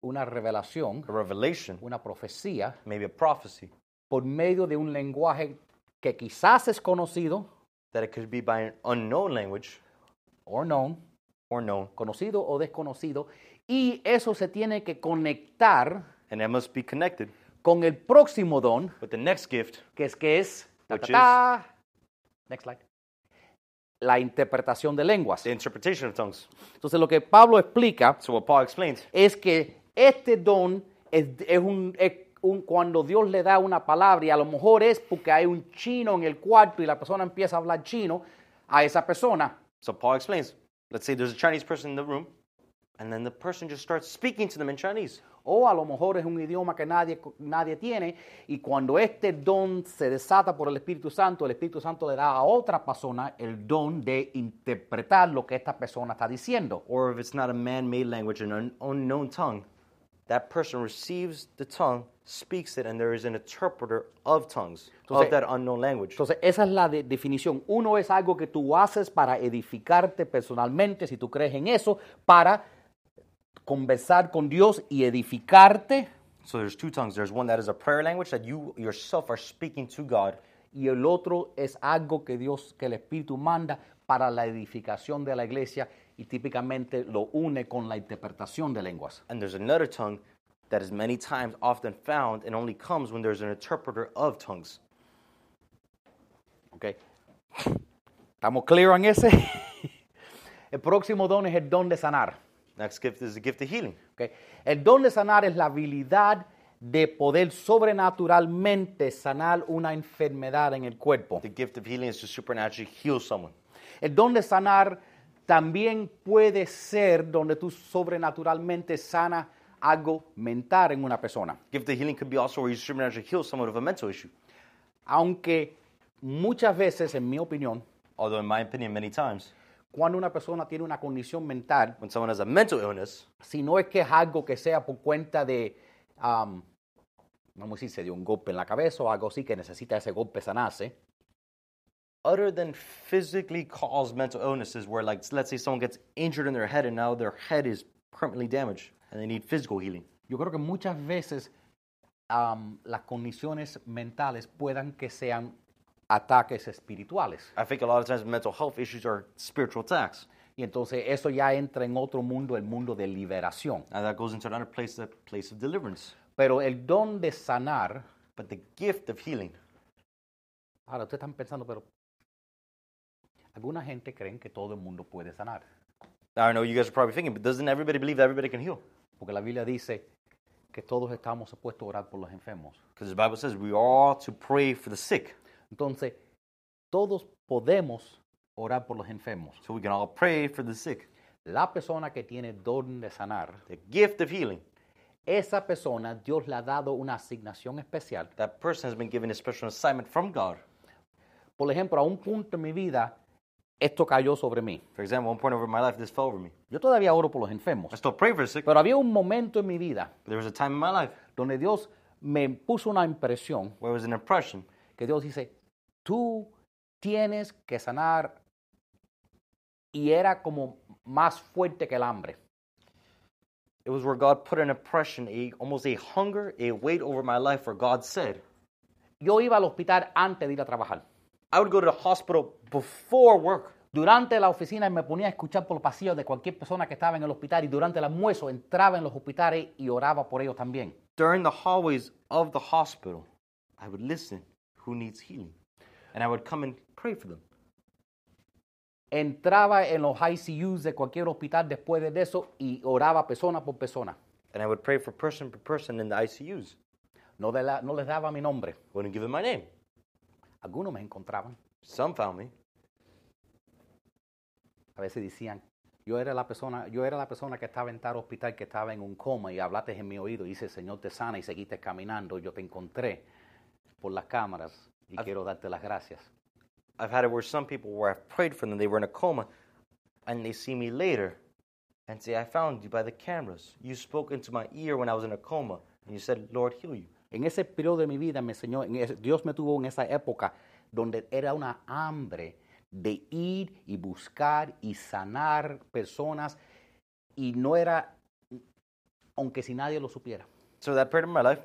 Speaker 2: una revelación,
Speaker 4: a revelation,
Speaker 2: una profecía,
Speaker 4: maybe a prophecy.
Speaker 2: por medio de un lenguaje que quizás es conocido
Speaker 4: that it could be by an unknown language
Speaker 2: o no,
Speaker 4: or known,
Speaker 2: conocido o desconocido, y eso se tiene que conectar
Speaker 4: and that must be connected
Speaker 2: con el próximo don,
Speaker 4: with the next gift,
Speaker 2: que es que es ta, ta,
Speaker 4: Which is-
Speaker 2: ta. Next slide. la interpretación de lenguas.
Speaker 4: the interpretation of tongues.
Speaker 2: Entonces lo que Pablo explica
Speaker 4: So what Paul explains
Speaker 2: es que este don es, es un, es un- cuando Dios le da una palabra y a lo mejor es porque hay un chino en el cuarto y la persona empieza a hablar chino a esa persona.
Speaker 4: So Paul explains. Let's say there's a Chinese person in the room, And then the person just starts speaking to them in Chinese.
Speaker 2: O a lo mejor es un idioma que nadie, nadie tiene y cuando este don se desata por el Espíritu Santo, el Espíritu Santo le da a otra persona el don de interpretar lo que esta persona está diciendo.
Speaker 4: Or if it's not a man made language, an un- unknown tongue, that person receives the tongue, speaks it, and there is an interpreter of tongues,
Speaker 2: Entonces-
Speaker 4: of that unknown language.
Speaker 2: Entonces, esa es la de- definición. Uno es algo que tú haces para edificarte personalmente, si tú crees en eso, para conversar con Dios y edificarte.
Speaker 4: So there's two tongues. There's one that is a prayer language that you yourself are speaking to God,
Speaker 2: Y el otro es algo que Dios, que el Espíritu manda para la edificación de la iglesia y típicamente lo une con la interpretación de lenguas.
Speaker 4: and there's another tongue that is many times often found and only comes when there's an interpreter of tongues.
Speaker 2: ¿ok? ¿Estamos clear en ese? [laughs] el próximo don es el don de sanar.
Speaker 4: Next gift is the gift of healing.
Speaker 2: ¿ok? El don de sanar es la habilidad de poder sobrenaturalmente sanar una enfermedad en el cuerpo.
Speaker 4: The gift of healing is to supernaturally heal someone.
Speaker 2: El don de sanar también puede ser donde tú sobrenaturalmente sana algo mental en una persona.
Speaker 4: Gift of healing could be also where you supernaturally heal someone of a mental issue.
Speaker 2: Aunque muchas veces, en mi opinión,
Speaker 4: Although, in my opinion, many times
Speaker 2: cuando una persona tiene una condición mental,
Speaker 4: when someone has a mental illness,
Speaker 2: si no es que es algo que sea por cuenta de, am, vamos a decir, se dio un golpe en la cabeza o algo así que necesita ese golpe sanarse,
Speaker 4: other than physically caused mental illnesses, where like let's say someone gets injured in their head and now their head is permanently damaged and they need physical healing.
Speaker 2: yo creo que muchas veces am, las condiciones mentales puedan que sean ataques espirituales.
Speaker 4: I think a lot of times mental health issues are spiritual attacks,
Speaker 2: Y entonces eso ya entra en otro mundo, el mundo de liberación.
Speaker 4: and that goes into another place, the place of deliverance.
Speaker 2: Pero el don de sanar,
Speaker 4: But the gift of healing.
Speaker 2: ahora ustedes están pensando, pero alguna gente creen que todo el mundo puede sanar.
Speaker 4: Now, I know you guys are probably thinking, but doesn't everybody believe that everybody can heal?
Speaker 2: Porque la Biblia dice que todos estamos supuestos a orar por los enfermos.
Speaker 4: Because the Bible says we are to pray for the sick.
Speaker 2: Entonces, todos podemos orar por los enfermos.
Speaker 4: So we can all pray for the sick.
Speaker 2: La persona que tiene don de sanar,
Speaker 4: The gift of healing.
Speaker 2: esa persona Dios le ha dado una asignación especial.
Speaker 4: That person has been given a special assignment from God.
Speaker 2: Por ejemplo, a un punto en mi vida, esto cayó sobre mí.
Speaker 4: For example, one point over my life, this fell over me.
Speaker 2: Yo todavía oro por los
Speaker 4: I
Speaker 2: enfermos.
Speaker 4: still pray for the sick, but
Speaker 2: Pero había un momento en mi vida
Speaker 4: there was a time in my life
Speaker 2: donde Dios me puso una impresión
Speaker 4: where it was an impression
Speaker 2: que Dios dice, tú tienes que sanar. Y era como más fuerte que el hambre.
Speaker 4: It was where God put an oppression, a almost a hunger, a weight over my life where God said,
Speaker 2: Yo iba al hospital antes de ir a trabajar.
Speaker 4: I would go to the hospital before work.
Speaker 2: Durante la oficina me ponía a escuchar por los pasillos de cualquier persona que estaba en el hospital y durante el almuerzo entraba en los hospitales y oraba por ellos también.
Speaker 4: During the hallways of the hospital, I would listen who needs healing. And I would come and pray for them.
Speaker 2: Entraba en los ICUs de cualquier hospital después de eso y oraba persona por persona.
Speaker 4: And I would pray for person per person in the ICUs.
Speaker 2: No, de la- no les daba mi nombre.
Speaker 4: Wouldn't give them my name.
Speaker 2: Algunos me encontraban.
Speaker 4: Some found me.
Speaker 2: A veces decían, yo era la persona, yo era la persona que estaba en tal hospital, que estaba en un coma y hablaste en mi oído y dice, Señor te sana y seguiste caminando. Yo te encontré por las cámaras y quiero darte las gracias.
Speaker 4: I've had it where some people where I've prayed for them, they were in a coma, and they see me later and say, I found you by the cameras. You spoke into my ear when I was in a coma, and you said, Lord, heal you.
Speaker 2: En ese periodo de mi vida me enseñó, en ese- Dios me tuvo en esa época donde era una hambre de ir y buscar y sanar personas y no era, aunque si nadie lo supiera.
Speaker 4: So that period of my life,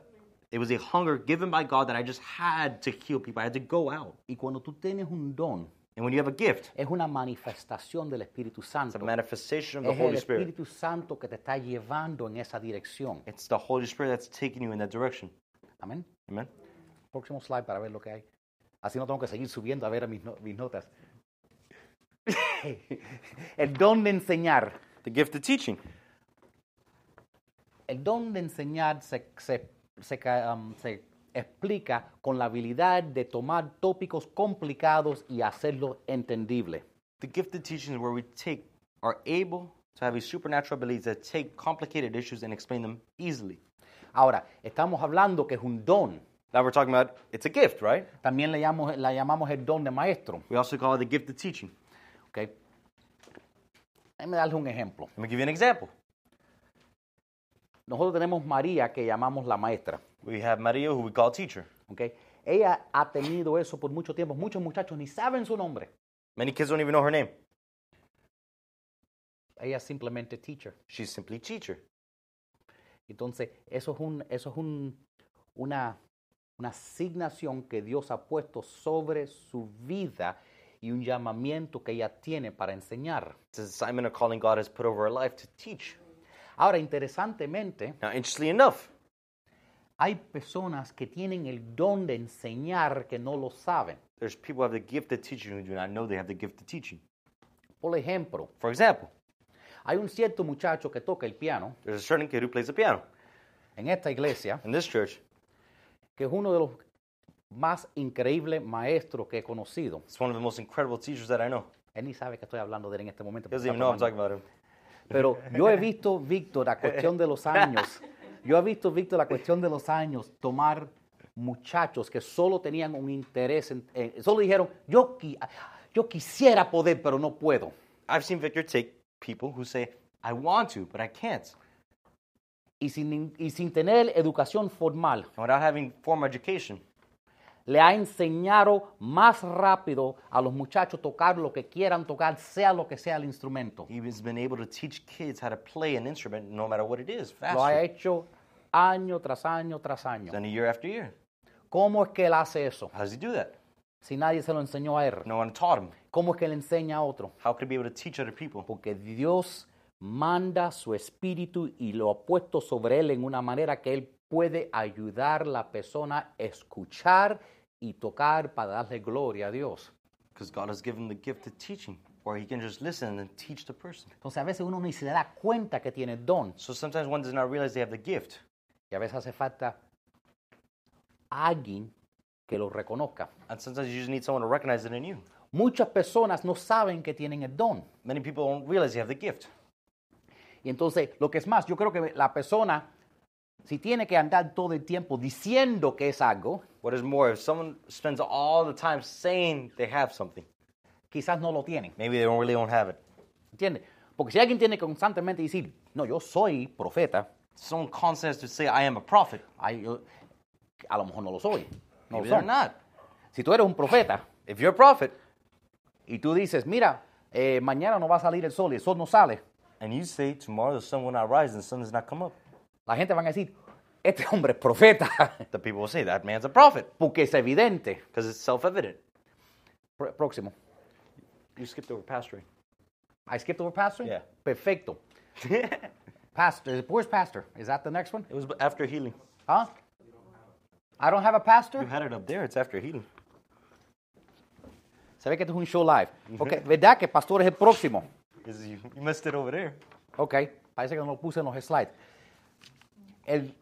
Speaker 4: it was a hunger given by God that I just had to heal people. I had to go out.
Speaker 2: Y cuando tú tienes un don,
Speaker 4: And when you have a gift,
Speaker 2: es una manifestación del Espíritu Santo.
Speaker 4: it's a manifestation of the
Speaker 2: Es el
Speaker 4: Holy Spirit.
Speaker 2: Espíritu Santo que te está llevando en esa dirección.
Speaker 4: It's the Holy Spirit that's taking you in that direction.
Speaker 2: Amén.
Speaker 4: Amen.
Speaker 2: Próximo slide para ver lo que hay. Así no tengo que seguir subiendo a ver mis, no- mis notas. [laughs] el don de enseñar.
Speaker 4: The gift of teaching.
Speaker 2: El don de enseñar se, se- se ca- um, se explica con la habilidad de tomar tópicos complicados y hacerlos entendibles.
Speaker 4: The gift of teaching is where we take, are able to have a supernatural belief that take complicated issues and explain them easily.
Speaker 2: Ahora, estamos hablando que es un don.
Speaker 4: Now we're talking about it's a gift, right?
Speaker 2: También le llamamos- la llamamos el don de maestro.
Speaker 4: We also call it the gift of teaching.
Speaker 2: ¿ok? Déjame darles un ejemplo.
Speaker 4: Let me give you an example.
Speaker 2: Nosotros tenemos María, que llamamos la maestra.
Speaker 4: We have Maria, who we call teacher.
Speaker 2: ¿ok? Ella ha tenido eso por mucho tiempo. Muchos muchachos ni saben su nombre.
Speaker 4: Many kids don't even know her name.
Speaker 2: Ella es simplemente teacher.
Speaker 4: She's simply teacher.
Speaker 2: Entonces, eso es, un, eso es un- una, una asignación que Dios ha puesto sobre su vida y un llamamiento que ella tiene para enseñar.
Speaker 4: It's an assignment or calling God has put over her life to teach.
Speaker 2: Ahora, interesantemente,
Speaker 4: Now, interestingly enough,
Speaker 2: hay personas que tienen el don de enseñar que no lo saben.
Speaker 4: there's people who have the gift of teaching who do not know they have the gift of teaching.
Speaker 2: Por ejemplo,
Speaker 4: For example,
Speaker 2: hay un cierto muchacho que toca el piano
Speaker 4: there's a certain kid who plays the piano
Speaker 2: en esta iglesia,
Speaker 4: in this church.
Speaker 2: que es uno de los más increíbles maestros que he conocido.
Speaker 4: It's one of the most incredible teachers that I know.
Speaker 2: Él ni sabe que estoy hablando de él en este momento.
Speaker 4: He
Speaker 2: porque
Speaker 4: doesn't
Speaker 2: está
Speaker 4: even know I'm talking
Speaker 2: tomando.
Speaker 4: about him.
Speaker 2: Pero yo he visto, Víctor, a cuestión de los años, yo he visto, Víctor, a cuestión de los años, tomar muchachos que solo tenían un interés, en- eh, solo dijeron, yo, qui- yo quisiera poder, pero no puedo.
Speaker 4: I've seen Victor take people who say, I want to, but I can't.
Speaker 2: Y sin, nin- y sin tener educación formal,
Speaker 4: And without having formal education,
Speaker 2: le ha enseñado más rápido a los muchachos tocar lo que quieran tocar, sea lo que sea el instrumento.
Speaker 4: he has been able to teach kids how to play an instrument no matter what it is,
Speaker 2: Lo ha
Speaker 4: faster
Speaker 2: hecho año tras año tras año.
Speaker 4: than a year after year.
Speaker 2: ¿Cómo es que él hace eso
Speaker 4: How does he do that?
Speaker 2: si nadie se lo enseñó a él?
Speaker 4: No one taught him.
Speaker 2: ¿Cómo es que le enseña a otro?
Speaker 4: How could he be able to teach other people?
Speaker 2: Porque Dios manda su espíritu y lo ha puesto sobre él en una manera que él puede ayudar a la persona a escuchar y tocar para darle gloria a Dios.
Speaker 4: Because God has given the gift of teaching, or he can just listen and teach the person.
Speaker 2: Entonces a veces uno ni se da cuenta que tiene don
Speaker 4: So sometimes one does not realize they have the gift.
Speaker 2: y a veces hace falta alguien que lo reconozca.
Speaker 4: And sometimes you just need someone to recognize it in you.
Speaker 2: Muchas personas no saben que tienen el don.
Speaker 4: Many people don't realize they have the gift.
Speaker 2: Y entonces, lo que es más, yo creo que la persona, si tiene que andar todo el tiempo diciendo que es algo,
Speaker 4: What is more, if someone spends all the time saying they have something,
Speaker 2: quizás no lo tienen.
Speaker 4: maybe they don't really don't have it.
Speaker 2: ¿Entiendes? Porque si alguien tiene que constantemente decir, no, yo soy profeta,
Speaker 4: Someone constantly has to say, I am a prophet.
Speaker 2: ay, yo- a lo mejor no lo soy. No lo
Speaker 4: Maybe they're
Speaker 2: son.
Speaker 4: not.
Speaker 2: Si tú eres un profeta
Speaker 4: If you're a prophet
Speaker 2: y tú dices, mira, eh, mañana no va a salir el sol y el sol no sale,
Speaker 4: and you say, tomorrow the sun will not rise and the sun does not come up,
Speaker 2: la gente va a decir, este hombre es profeta, [laughs]
Speaker 4: the people will say, that man's a prophet
Speaker 2: porque es evidente.
Speaker 4: because it's self evident.
Speaker 2: Pr- próximo.
Speaker 4: You skipped over [laughs] pastoring.
Speaker 2: I skipped over pastor?
Speaker 4: Yeah.
Speaker 2: Perfecto. pastor, where's pastor? Is that the next one?
Speaker 4: It was after healing.
Speaker 2: Huh? I don't have a
Speaker 4: You
Speaker 2: pastor.
Speaker 4: had it up there. It's after healing.
Speaker 2: Se ve que esto es un show live.
Speaker 4: [laughs]
Speaker 2: Ok, ¿verdad que pastor es el próximo?
Speaker 4: Is you, you missed it over there.
Speaker 2: Ok, parece que no lo puse en los slides. El,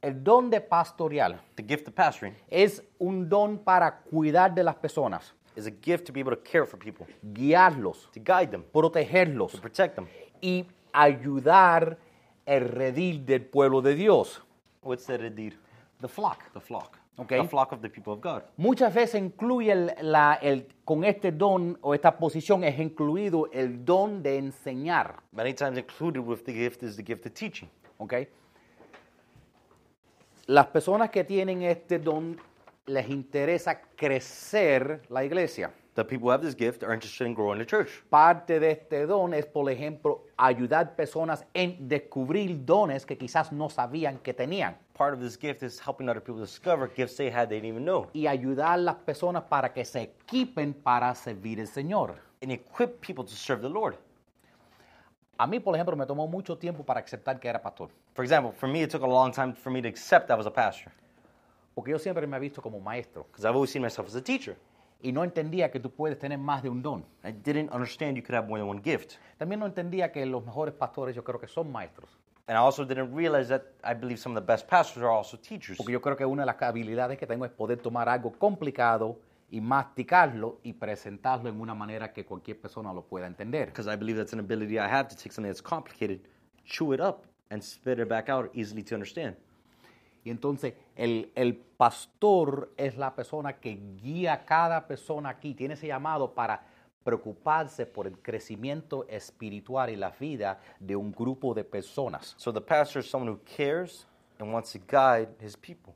Speaker 2: el don de pastoral
Speaker 4: The gift of pastoring
Speaker 2: es un don para cuidar de las personas,
Speaker 4: is a gift to be able to care for people,
Speaker 2: guiarlos,
Speaker 4: to guide them, to
Speaker 2: protegerlos
Speaker 4: protect them.
Speaker 2: y ayudar el redil del pueblo de Dios.
Speaker 4: What's that indeed?
Speaker 2: The flock.
Speaker 4: The flock.
Speaker 2: Okay.
Speaker 4: The flock of the people of God.
Speaker 2: Muchas veces incluye el- la- el- con este don o esta posición es incluido el don de enseñar.
Speaker 4: Many times included with the gift is the gift of teaching.
Speaker 2: ¿ok? Las personas que tienen este don les interesa crecer la iglesia.
Speaker 4: The people who have this gift are interested in growing the church.
Speaker 2: Parte de este don es, por ejemplo, ayudar personas en descubrir dones que quizás no sabían que tenían
Speaker 4: Part of this gift is helping other people discover gifts they had they didn't even know.
Speaker 2: y ayudar a las personas para que se equipen para servir al Señor.
Speaker 4: And equip people to serve the Lord.
Speaker 2: A mí, por ejemplo, me tomó mucho tiempo para aceptar que era pastor,
Speaker 4: For example, for me, it took a long time for me to accept I was a pastor
Speaker 2: porque yo siempre me he visto como maestro
Speaker 4: because I've always seen myself as a teacher.
Speaker 2: y no entendía que tú puedes tener más de un don.
Speaker 4: I didn't understand you could have more than one gift.
Speaker 2: También no entendía que los mejores pastores yo creo que son maestros.
Speaker 4: And I also didn't realize that I believe some of the best pastors are also teachers.
Speaker 2: Porque yo creo que una de las habilidades que tengo es poder tomar algo complicado y masticarlo y presentarlo en una manera que cualquier persona lo pueda entender.
Speaker 4: because I believe that's an ability I have to take something that's complicated, chew it up, and spit it back out easily to understand.
Speaker 2: Y entonces el, el pastor es la persona que guía a cada persona aquí, tiene ese llamado para preocuparse por el crecimiento espiritual y la vida de un grupo de personas.
Speaker 4: So the pastor is someone who cares and wants to guide his people.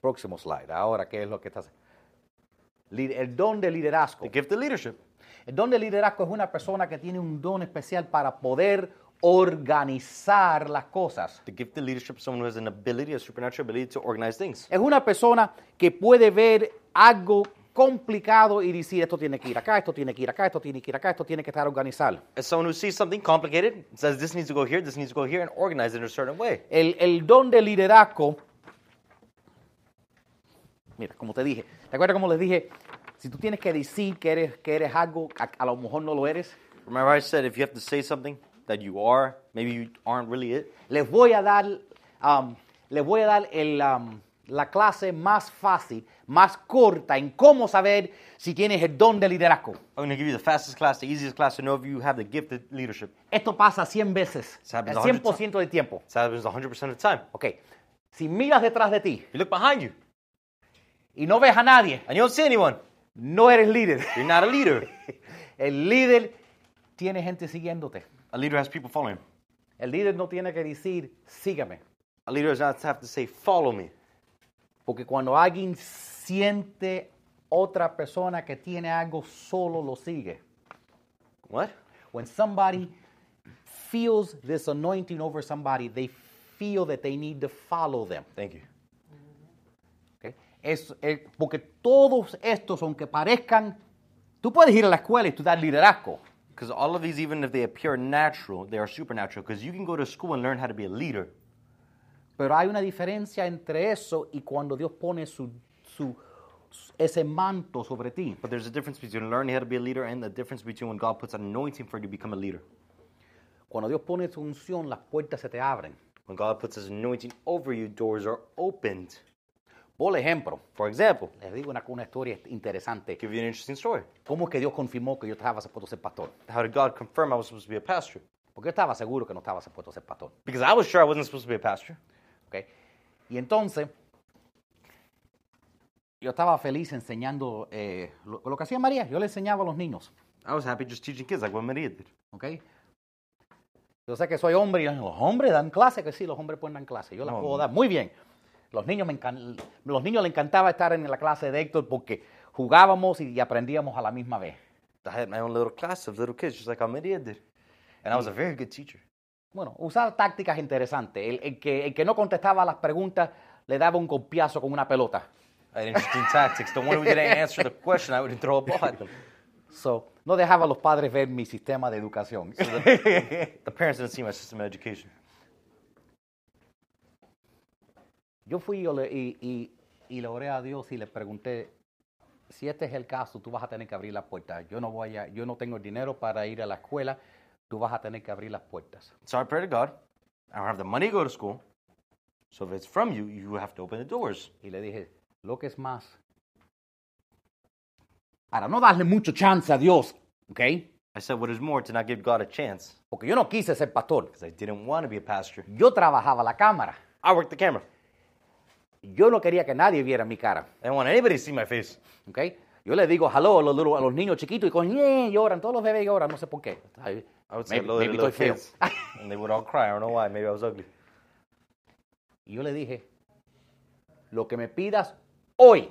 Speaker 2: Próximo slide, ahora qué es lo que está haciendo. Li- El don de liderazgo.
Speaker 4: The gift of leadership.
Speaker 2: El don de liderazgo es una persona que tiene un don especial para poder organizar las cosas.
Speaker 4: The gift of leadership is someone who has an ability, a supernatural ability to organize things.
Speaker 2: Es una persona que puede ver algo complicado y decir esto tiene que ir acá, esto tiene que ir acá, esto tiene que ir acá, esto tiene que estar organizado.
Speaker 4: As someone who sees something complicated, says this needs to go here, this needs to go here, and organize it in a certain way.
Speaker 2: El, el don de liderazgo, mira, como te dije, ¿te acuerdas como les dije? Si tú tienes que decir que eres, que eres algo, a, a lo mejor no lo eres,
Speaker 4: Remember, I said if you have to say something that you are, maybe you aren't really it.
Speaker 2: les voy a dar, um, les voy a dar el, um, la clase más fácil, más corta en cómo saber si tienes el don de liderazgo.
Speaker 4: I'm going to give you the fastest class, the easiest class to know if you have the gift of leadership.
Speaker 2: Esto pasa 100 veces,
Speaker 4: It
Speaker 2: el
Speaker 4: happens 100
Speaker 2: 100% del tiempo.
Speaker 4: This happens 100% of the time.
Speaker 2: Ok, si miras detrás de ti
Speaker 4: You look behind you
Speaker 2: y no ves a nadie,
Speaker 4: and you don't see anyone.
Speaker 2: no eres líder. [laughs]
Speaker 4: You're not a leader.
Speaker 2: El líder tiene gente siguiéndote.
Speaker 4: [laughs] A leader has people following him.
Speaker 2: El líder no tiene que decir, sígame.
Speaker 4: A leader does not have to say, follow me.
Speaker 2: Porque cuando alguien siente otra persona que tiene algo, solo lo sigue.
Speaker 4: What?
Speaker 2: When somebody feels this anointing over somebody, they feel that they need to follow them.
Speaker 4: Thank you.
Speaker 2: ¿ok? Es, es- porque todos estos, aunque parezcan, tú puedes ir a la escuela y tú dar liderazgo.
Speaker 4: Because all of these, even if they appear natural, they are supernatural. Because you can go to school and learn how to be a leader.
Speaker 2: Pero hay una diferencia entre eso y cuando Dios pone su, su- ese manto sobre ti.
Speaker 4: But there's a difference between learning how to be a leader and the difference between when God puts an anointing for you to become a leader.
Speaker 2: Cuando Dios pone su unción, las puertas se te abren.
Speaker 4: When God puts his anointing over you, doors are opened.
Speaker 2: Por ejemplo,
Speaker 4: For example,
Speaker 2: les digo una, una historia interesante.
Speaker 4: give you an interesting story.
Speaker 2: ¿Cómo es que Dios confirmó que yo estaba supuesto a ser pastor?
Speaker 4: How did God confirm I was supposed to be a pastor?
Speaker 2: Porque yo estaba seguro que no estaba supuesto a ser pastor.
Speaker 4: Because I was sure I wasn't supposed to be a pastor.
Speaker 2: ¿ok? Y entonces, yo estaba feliz enseñando eh, lo, lo que hacía María. Yo le enseñaba a los niños.
Speaker 4: I was happy just teaching kids like what Maria did.
Speaker 2: ¿ok? Yo sé que soy hombre y yo, los hombres dan clase, que sí, los hombres pueden dar clase. Yo las
Speaker 4: No,
Speaker 2: puedo
Speaker 4: no.
Speaker 2: dar muy bien. Los niños, me encan- los niños le encantaba estar en la clase de Héctor porque jugábamos y- y aprendíamos a la misma vez.
Speaker 4: I had my own little class of little kids, just like how Maria did. And I was a very good teacher.
Speaker 2: Bueno, usar tácticas interesantes. El, el que, el que no contestaba las preguntas le daba un golpeazo con una pelota.
Speaker 4: I had interesting tactics. The one who didn't answer the question, I would throw a ball at them.
Speaker 2: So, no dejaba a los padres ver mi sistema de educación.
Speaker 4: The parents didn't see my system of education.
Speaker 2: Yo fui y, ole- y, y- y le oré a Dios y le pregunté, si este es el caso, tú vas a tener que abrir las puertas. Yo no, voy a, yo no tengo el dinero para ir a la escuela, tú vas a tener que abrir las puertas.
Speaker 4: So I prayed to God. I don't have the money to go to school. So if it's from you, you have to open the doors.
Speaker 2: Y le dije, lo que es más, para no darle mucho chance a Dios, ¿ok?
Speaker 4: I said, what is more, to not give God a chance.
Speaker 2: Porque yo no quise ser pastor.
Speaker 4: Because I didn't want to be a pastor.
Speaker 2: Yo trabajaba la cámara.
Speaker 4: I worked the camera.
Speaker 2: Yo no quería que nadie viera mi cara.
Speaker 4: I didn't want anybody to see my face.
Speaker 2: ¿ok? Yo le digo hello a los, little- a los niños chiquitos y con "Yeah", lloran, todos los bebés lloran, no sé por qué. Ay,
Speaker 4: I would say
Speaker 2: maybe-
Speaker 4: hello to
Speaker 2: maybe
Speaker 4: the little
Speaker 2: estoy feo.
Speaker 4: kids. [laughs]
Speaker 2: [laughs]
Speaker 4: and they would all cry. I don't know why. Maybe I was ugly.
Speaker 2: Y yo le dije, lo que me pidas hoy,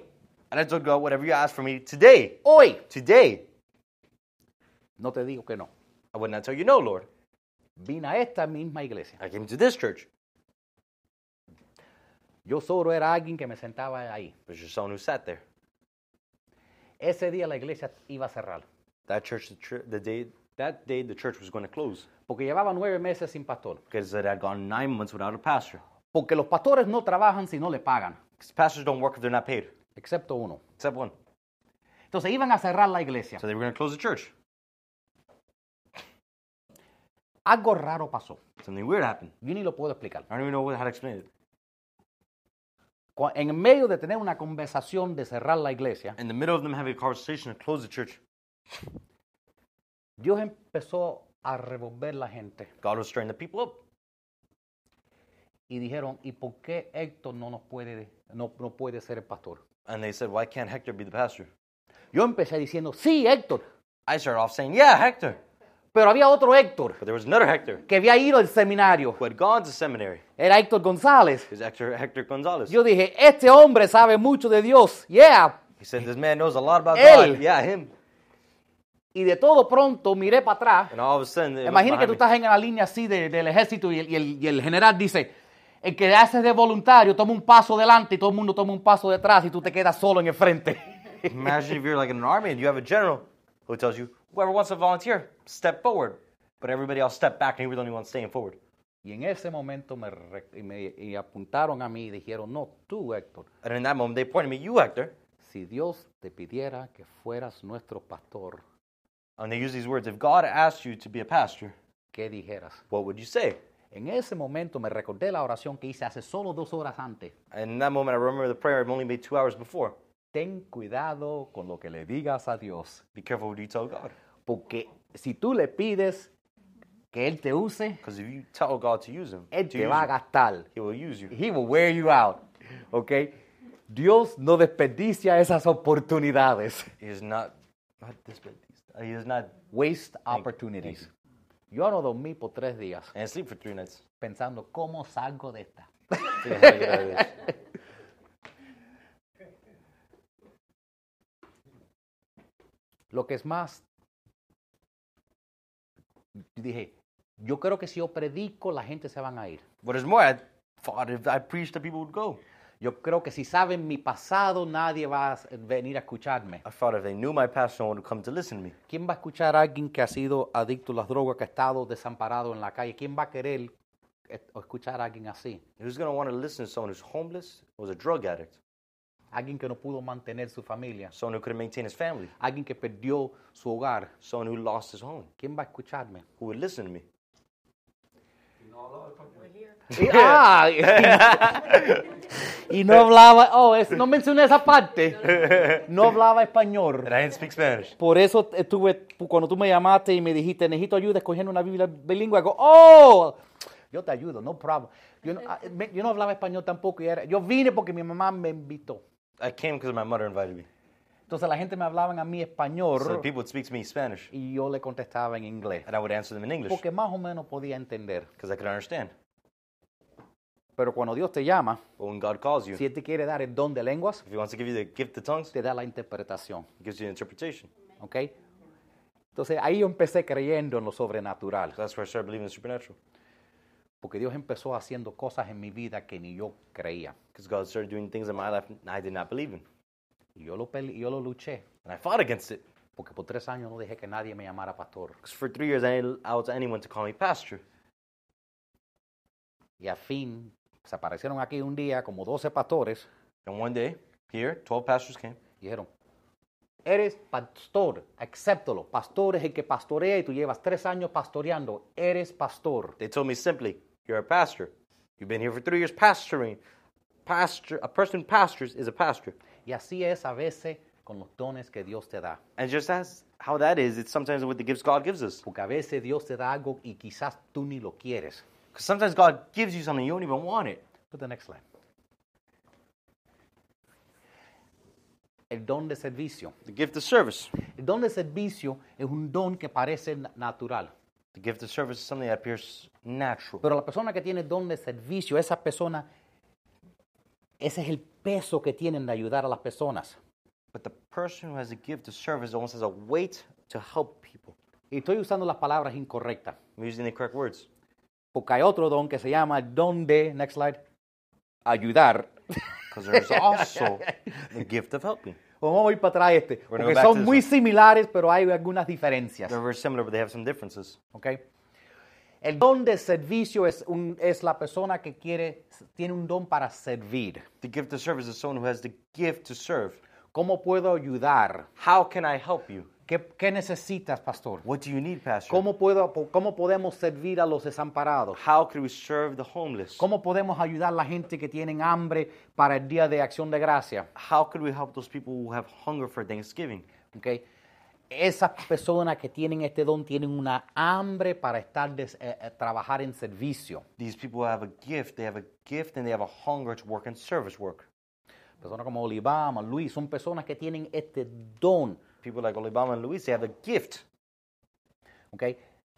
Speaker 4: And I told God, whatever you ask for me today,
Speaker 2: hoy,
Speaker 4: today,
Speaker 2: no te digo que no.
Speaker 4: I would not tell you no, Lord.
Speaker 2: Vine a esta misma iglesia.
Speaker 4: I came to this church.
Speaker 2: Yo solo era alguien que me sentaba ahí.
Speaker 4: There's just someone who sat there.
Speaker 2: Ese día la iglesia iba a cerrar,
Speaker 4: That church, the, chur- the day, that day, the church was going to close
Speaker 2: porque llevaba nueve meses sin pastor.
Speaker 4: because it had gone nine months without a pastor.
Speaker 2: Porque los pastores no trabajan si no le pagan,
Speaker 4: Because pastors don't work if they're not paid,
Speaker 2: excepto uno.
Speaker 4: except one.
Speaker 2: Entonces iban a cerrar la iglesia.
Speaker 4: So they were going to close the church.
Speaker 2: Algo raro pasó.
Speaker 4: Something weird happened.
Speaker 2: Yo ni lo puedo explicar.
Speaker 4: I don't even know what- how to explain it.
Speaker 2: cua- en medio de tener una conversación de cerrar la iglesia,
Speaker 4: in the middle of them having a conversation to close the church,
Speaker 2: Dios empezó a revolver la gente.
Speaker 4: God was stirring the people up.
Speaker 2: y dijeron, ¿y por qué Héctor no nos puede, no, no puede ser el pastor?
Speaker 4: And they said, Why can't Hector be the pastor?
Speaker 2: Yo empecé diciendo, sí, Héctor,
Speaker 4: I started off saying, Yeah, Hector.
Speaker 2: pero había otro Héctor
Speaker 4: But there was another Hector
Speaker 2: que había ido al seminario,
Speaker 4: who had gone to seminary.
Speaker 2: era Héctor González.
Speaker 4: It was Hector, Hector Gonzalez.
Speaker 2: Yo dije, este hombre sabe mucho de Dios, yeah.
Speaker 4: He said, This man knows a lot about
Speaker 2: Él.
Speaker 4: God. Yeah, him.
Speaker 2: Y de todo pronto miré para atrás.
Speaker 4: And all of a sudden, it was
Speaker 2: Imagina que tú
Speaker 4: behind
Speaker 2: estás en la línea así de- del ejército y el, y el- y el general dice, el que haces de voluntario toma un paso delante y todo el mundo toma un paso detrás y tú te quedas solo en el frente. [laughs]
Speaker 4: me. Imagine if you're like in an army and you have a general who tells you, Whoever wants to volunteer, step forward. But everybody else stepped back and he was the only one staying forward.
Speaker 2: Y en ese momento me, re- y me- y apuntaron a mí y dijeron, no, tú, Héctor,
Speaker 4: And in that moment, they pointed me, You, Hector.
Speaker 2: si Dios te pidiera que fueras nuestro pastor,
Speaker 4: And they use these words If God asked you to be a pastor,
Speaker 2: ¿qué dijeras?
Speaker 4: what would you say?
Speaker 2: En ese momento me recordé la oración que hice hace solo dos horas antes.
Speaker 4: And in that moment, I remember the prayer I've only made two hours before.
Speaker 2: Ten cuidado con lo que le digas a Dios,
Speaker 4: Be careful what you tell God.
Speaker 2: porque si tú le pides que Él te use,
Speaker 4: Because if you tell God to use him,
Speaker 2: Él
Speaker 4: to
Speaker 2: te
Speaker 4: use
Speaker 2: va a
Speaker 4: you,
Speaker 2: gastar.
Speaker 4: he will use you.
Speaker 2: He will wear you out. ¿Ok? Dios no desperdicia esas oportunidades.
Speaker 4: He is not, not this bad. He is not,
Speaker 2: Waste opportunities. Yo no dormí por tres días
Speaker 4: and sleep for three nights.
Speaker 2: pensando cómo salgo de esta.
Speaker 4: Figure out how to get out of this.
Speaker 2: [laughs] Lo que es más, dije, yo creo que si yo predico, la gente se van a ir.
Speaker 4: What is more, I thought if I preached, the people would go.
Speaker 2: Yo creo que si saben mi pasado, nadie va a venir a escucharme.
Speaker 4: I thought if they knew my past, no one would come to listen to me.
Speaker 2: ¿Quién va a escuchar a alguien que ha sido adicto a las drogas, que ha estado desamparado en la calle? ¿Quién va a querer eh, escuchar a alguien así?
Speaker 4: Who's going to want to listen to someone who's homeless, was a drug addict,
Speaker 2: Alguien que no pudo mantener su familia,
Speaker 4: someone who couldn't maintain his family,
Speaker 2: alguien que perdió su hogar.
Speaker 4: someone who lost his home?
Speaker 2: ¿Quién va a escucharme?
Speaker 4: Who would listen to me?
Speaker 2: Y, ah, [laughs] y- y no hablaba, oh, es- no mencioné esa parte. No hablaba español.
Speaker 4: And I didn't speak Spanish.
Speaker 2: Por eso estuve, cuando tú me llamaste y me dijiste, necesito ayuda escogiendo una Biblia bilingüe, hago, oh, yo te ayudo, no problem. Yo no, ah, me- yo no hablaba español tampoco. y era- yo vine porque mi mamá me invitó.
Speaker 4: I came because my mother invited me.
Speaker 2: Entonces la gente me hablaba a mí
Speaker 4: So
Speaker 2: español
Speaker 4: people would speak to me Spanish,
Speaker 2: y yo le contestaba en inglés.
Speaker 4: and I would answer them in English
Speaker 2: Porque más o menos podía entender.
Speaker 4: because I could understand.
Speaker 2: Pero cuando Dios te llama,
Speaker 4: But when God calls you,
Speaker 2: si Él te quiere dar el don de lenguas,
Speaker 4: if He wants to give you the gift of tongues,
Speaker 2: te da la interpretación.
Speaker 4: He gives you an interpretation.
Speaker 2: ¿Ok? Entonces ahí yo empecé creyendo en lo sobrenatural,
Speaker 4: So that's where I started believing in the supernatural.
Speaker 2: porque Dios empezó haciendo cosas en mi vida que ni yo creía.
Speaker 4: Because God started doing things in my life I did not believe in.
Speaker 2: Y yo lo, pele- yo lo luché,
Speaker 4: And I fought against it.
Speaker 2: porque por tres años no dejé que nadie me llamara pastor.
Speaker 4: Because for three years I didn't allow anyone to call me pastor.
Speaker 2: Y al fin se aparecieron aquí un día como 12 pastores
Speaker 4: And one day, here, 12 pastors came.
Speaker 2: y dijeron, eres pastor, acéptalo. Pastor es el que pastorea y tú llevas tres años pastoreando, eres pastor.
Speaker 4: They told me simply, You're a pastor. You've been here for three years pastoring. Pastor, a person who pastors is a pastor.
Speaker 2: Y así es a veces con los dones que Dios te da.
Speaker 4: And just as how that is, it's sometimes with the gifts God gives us.
Speaker 2: Porque a veces Dios te da algo y quizás tú ni lo quieres.
Speaker 4: Because sometimes God gives you something, you don't even want it.
Speaker 2: Put the next slide. El don de servicio.
Speaker 4: The gift of service.
Speaker 2: El don de servicio es un don que parece na- natural.
Speaker 4: The gift of service is something that appears natural.
Speaker 2: Pero la persona que tiene el don de servicio, esa persona, ese es el peso que tienen de ayudar a las personas.
Speaker 4: But the person who has a gift of service almost has a weight to help people.
Speaker 2: Y estoy usando las palabras incorrectas.
Speaker 4: I'm using the correct words.
Speaker 2: Porque hay otro don que se llama el don de, next slide, ayudar. [laughs]
Speaker 4: Because [laughs] there's also the gift of helping.
Speaker 2: Vamos a ir para atrás este.
Speaker 4: Bueno,
Speaker 2: Porque
Speaker 4: back to
Speaker 2: son
Speaker 4: this
Speaker 2: muy
Speaker 4: one.
Speaker 2: similares, pero hay algunas diferencias.
Speaker 4: They're very similar, but they have some differences.
Speaker 2: ¿ok? El don de servicio es, un- es la persona que quiere, tiene un don para servir.
Speaker 4: The gift of service is someone who has the gift to serve.
Speaker 2: ¿Cómo puedo ayudar?
Speaker 4: How can I help you?
Speaker 2: ¿Qué, qué necesitas, pastor?
Speaker 4: What do you need, Pastor?
Speaker 2: ¿Cómo, puedo, ¿Cómo podemos servir a los desamparados?
Speaker 4: How can we serve the homeless?
Speaker 2: ¿Cómo podemos ayudar a la gente que tienen hambre para el Día de Acción de Gracia?
Speaker 4: How can we help those people who have hunger for Thanksgiving?
Speaker 2: ¿ok? Esas personas que tienen este don tienen una hambre para estar des- eh, eh, trabajar en servicio.
Speaker 4: These people have a gift. They have a gift and they have a hunger to work in service work.
Speaker 2: Personas como Olivama, Luis, son personas que tienen este don.
Speaker 4: People like Olibama and Luis, they have a gift.
Speaker 2: ¿ok?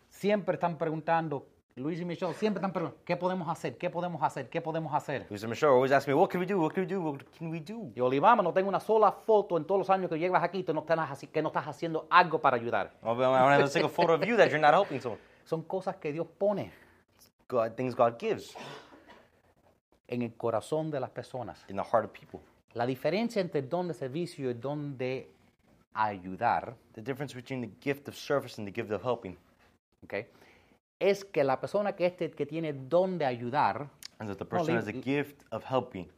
Speaker 2: Siempre están preguntando, Luis y Michelle, siempre están preguntando, ¿qué podemos hacer? ¿Qué podemos hacer? ¿Qué podemos hacer?
Speaker 4: Luis and Michelle always ask me, what can we do? What can we do? What can we do?
Speaker 2: Y Olivama, no tengo una sola foto en todos los años que llevas aquí tú no estás haci- que no estás haciendo algo para ayudar.
Speaker 4: I want to take a photo of you that you're not helping someone.
Speaker 2: Son cosas que Dios pone
Speaker 4: God, things God gives
Speaker 2: en el corazón de las personas.
Speaker 4: in the heart of people.
Speaker 2: La diferencia entre el don de servicio y el don de ayudar
Speaker 4: The difference between the gift of service and the gift of helping
Speaker 2: ¿ok? es que la persona que, este, que tiene el don de ayudar
Speaker 4: is that the person
Speaker 2: leave-
Speaker 4: has a gift of helping.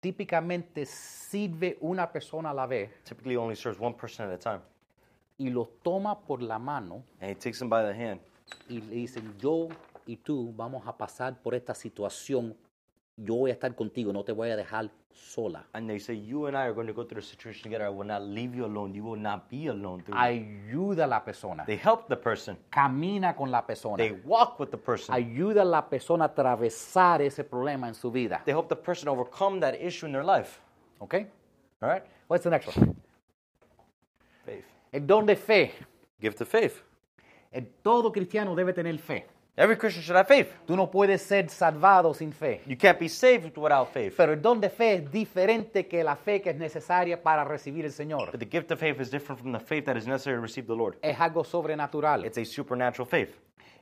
Speaker 2: típicamente sirve una persona a la vez
Speaker 4: Typically only serves one person at a time.
Speaker 2: y lo toma por la mano
Speaker 4: And he takes them by the hand.
Speaker 2: y le dicen yo y tú vamos a pasar por esta situación, yo voy a estar contigo, no te voy a dejar sola.
Speaker 4: And they say, you and I are going to go through the situation together. I will not leave you alone. You will not be alone. through it."
Speaker 2: Ayuda a la persona,
Speaker 4: They help the person.
Speaker 2: camina con la persona,
Speaker 4: They walk with the person.
Speaker 2: ayuda a la persona a atravesar ese problema en su vida.
Speaker 4: They help the person overcome that issue in their life.
Speaker 2: ¿Ok?
Speaker 4: All right?
Speaker 2: What's the next one?
Speaker 4: Faith.
Speaker 2: El don de fe.
Speaker 4: Gift of faith.
Speaker 2: El todo cristiano debe tener fe.
Speaker 4: Every Christian should have faith.
Speaker 2: Tú no puedes ser salvado sin fe.
Speaker 4: You can't be saved without faith.
Speaker 2: Pero el don de fe es diferente que la fe que es necesaria para recibir el Señor.
Speaker 4: But the gift of faith is different from the faith that is necessary to receive the Lord.
Speaker 2: Es algo sobrenatural.
Speaker 4: It's a supernatural faith.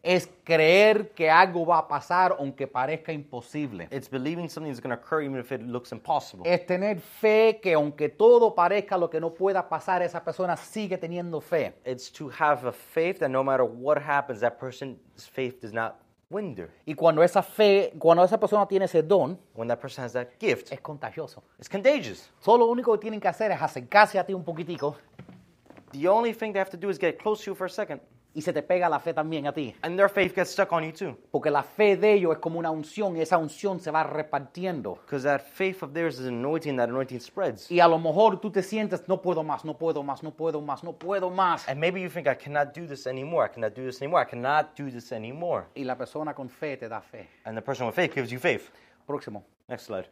Speaker 2: Es creer que algo va a pasar aunque parezca imposible.
Speaker 4: It's believing something is going to occur even if it looks impossible.
Speaker 2: Es tener fe que aunque todo parezca lo que no pueda pasar, esa persona sigue teniendo fe.
Speaker 4: It's to have a faith that no matter what happens, that person's faith does not winder.
Speaker 2: Y cuando esa fe, cuando esa persona tiene ese don,
Speaker 4: When that person has that gift,
Speaker 2: es contagioso.
Speaker 4: it's contagious.
Speaker 2: Solo lo único que tienen que hacer es acercarse a ti un poquitico
Speaker 4: The only thing they have to do is get close to you for a second,
Speaker 2: y se te pega la fe también a ti.
Speaker 4: and their faith gets stuck on you too.
Speaker 2: Porque la fe de ellos es como una unción y esa unción se va repartiendo.
Speaker 4: Because that faith of theirs is an anointing, that anointing spreads.
Speaker 2: Y a lo mejor tú te sientes, no puedo más, no puedo más, no puedo más, no puedo más.
Speaker 4: And maybe you think, I cannot do this anymore. I cannot do this anymore. I cannot do this anymore.
Speaker 2: Y la persona con fe te da fe.
Speaker 4: And the person with faith gives you faith.
Speaker 2: Próximo.
Speaker 4: Next slide.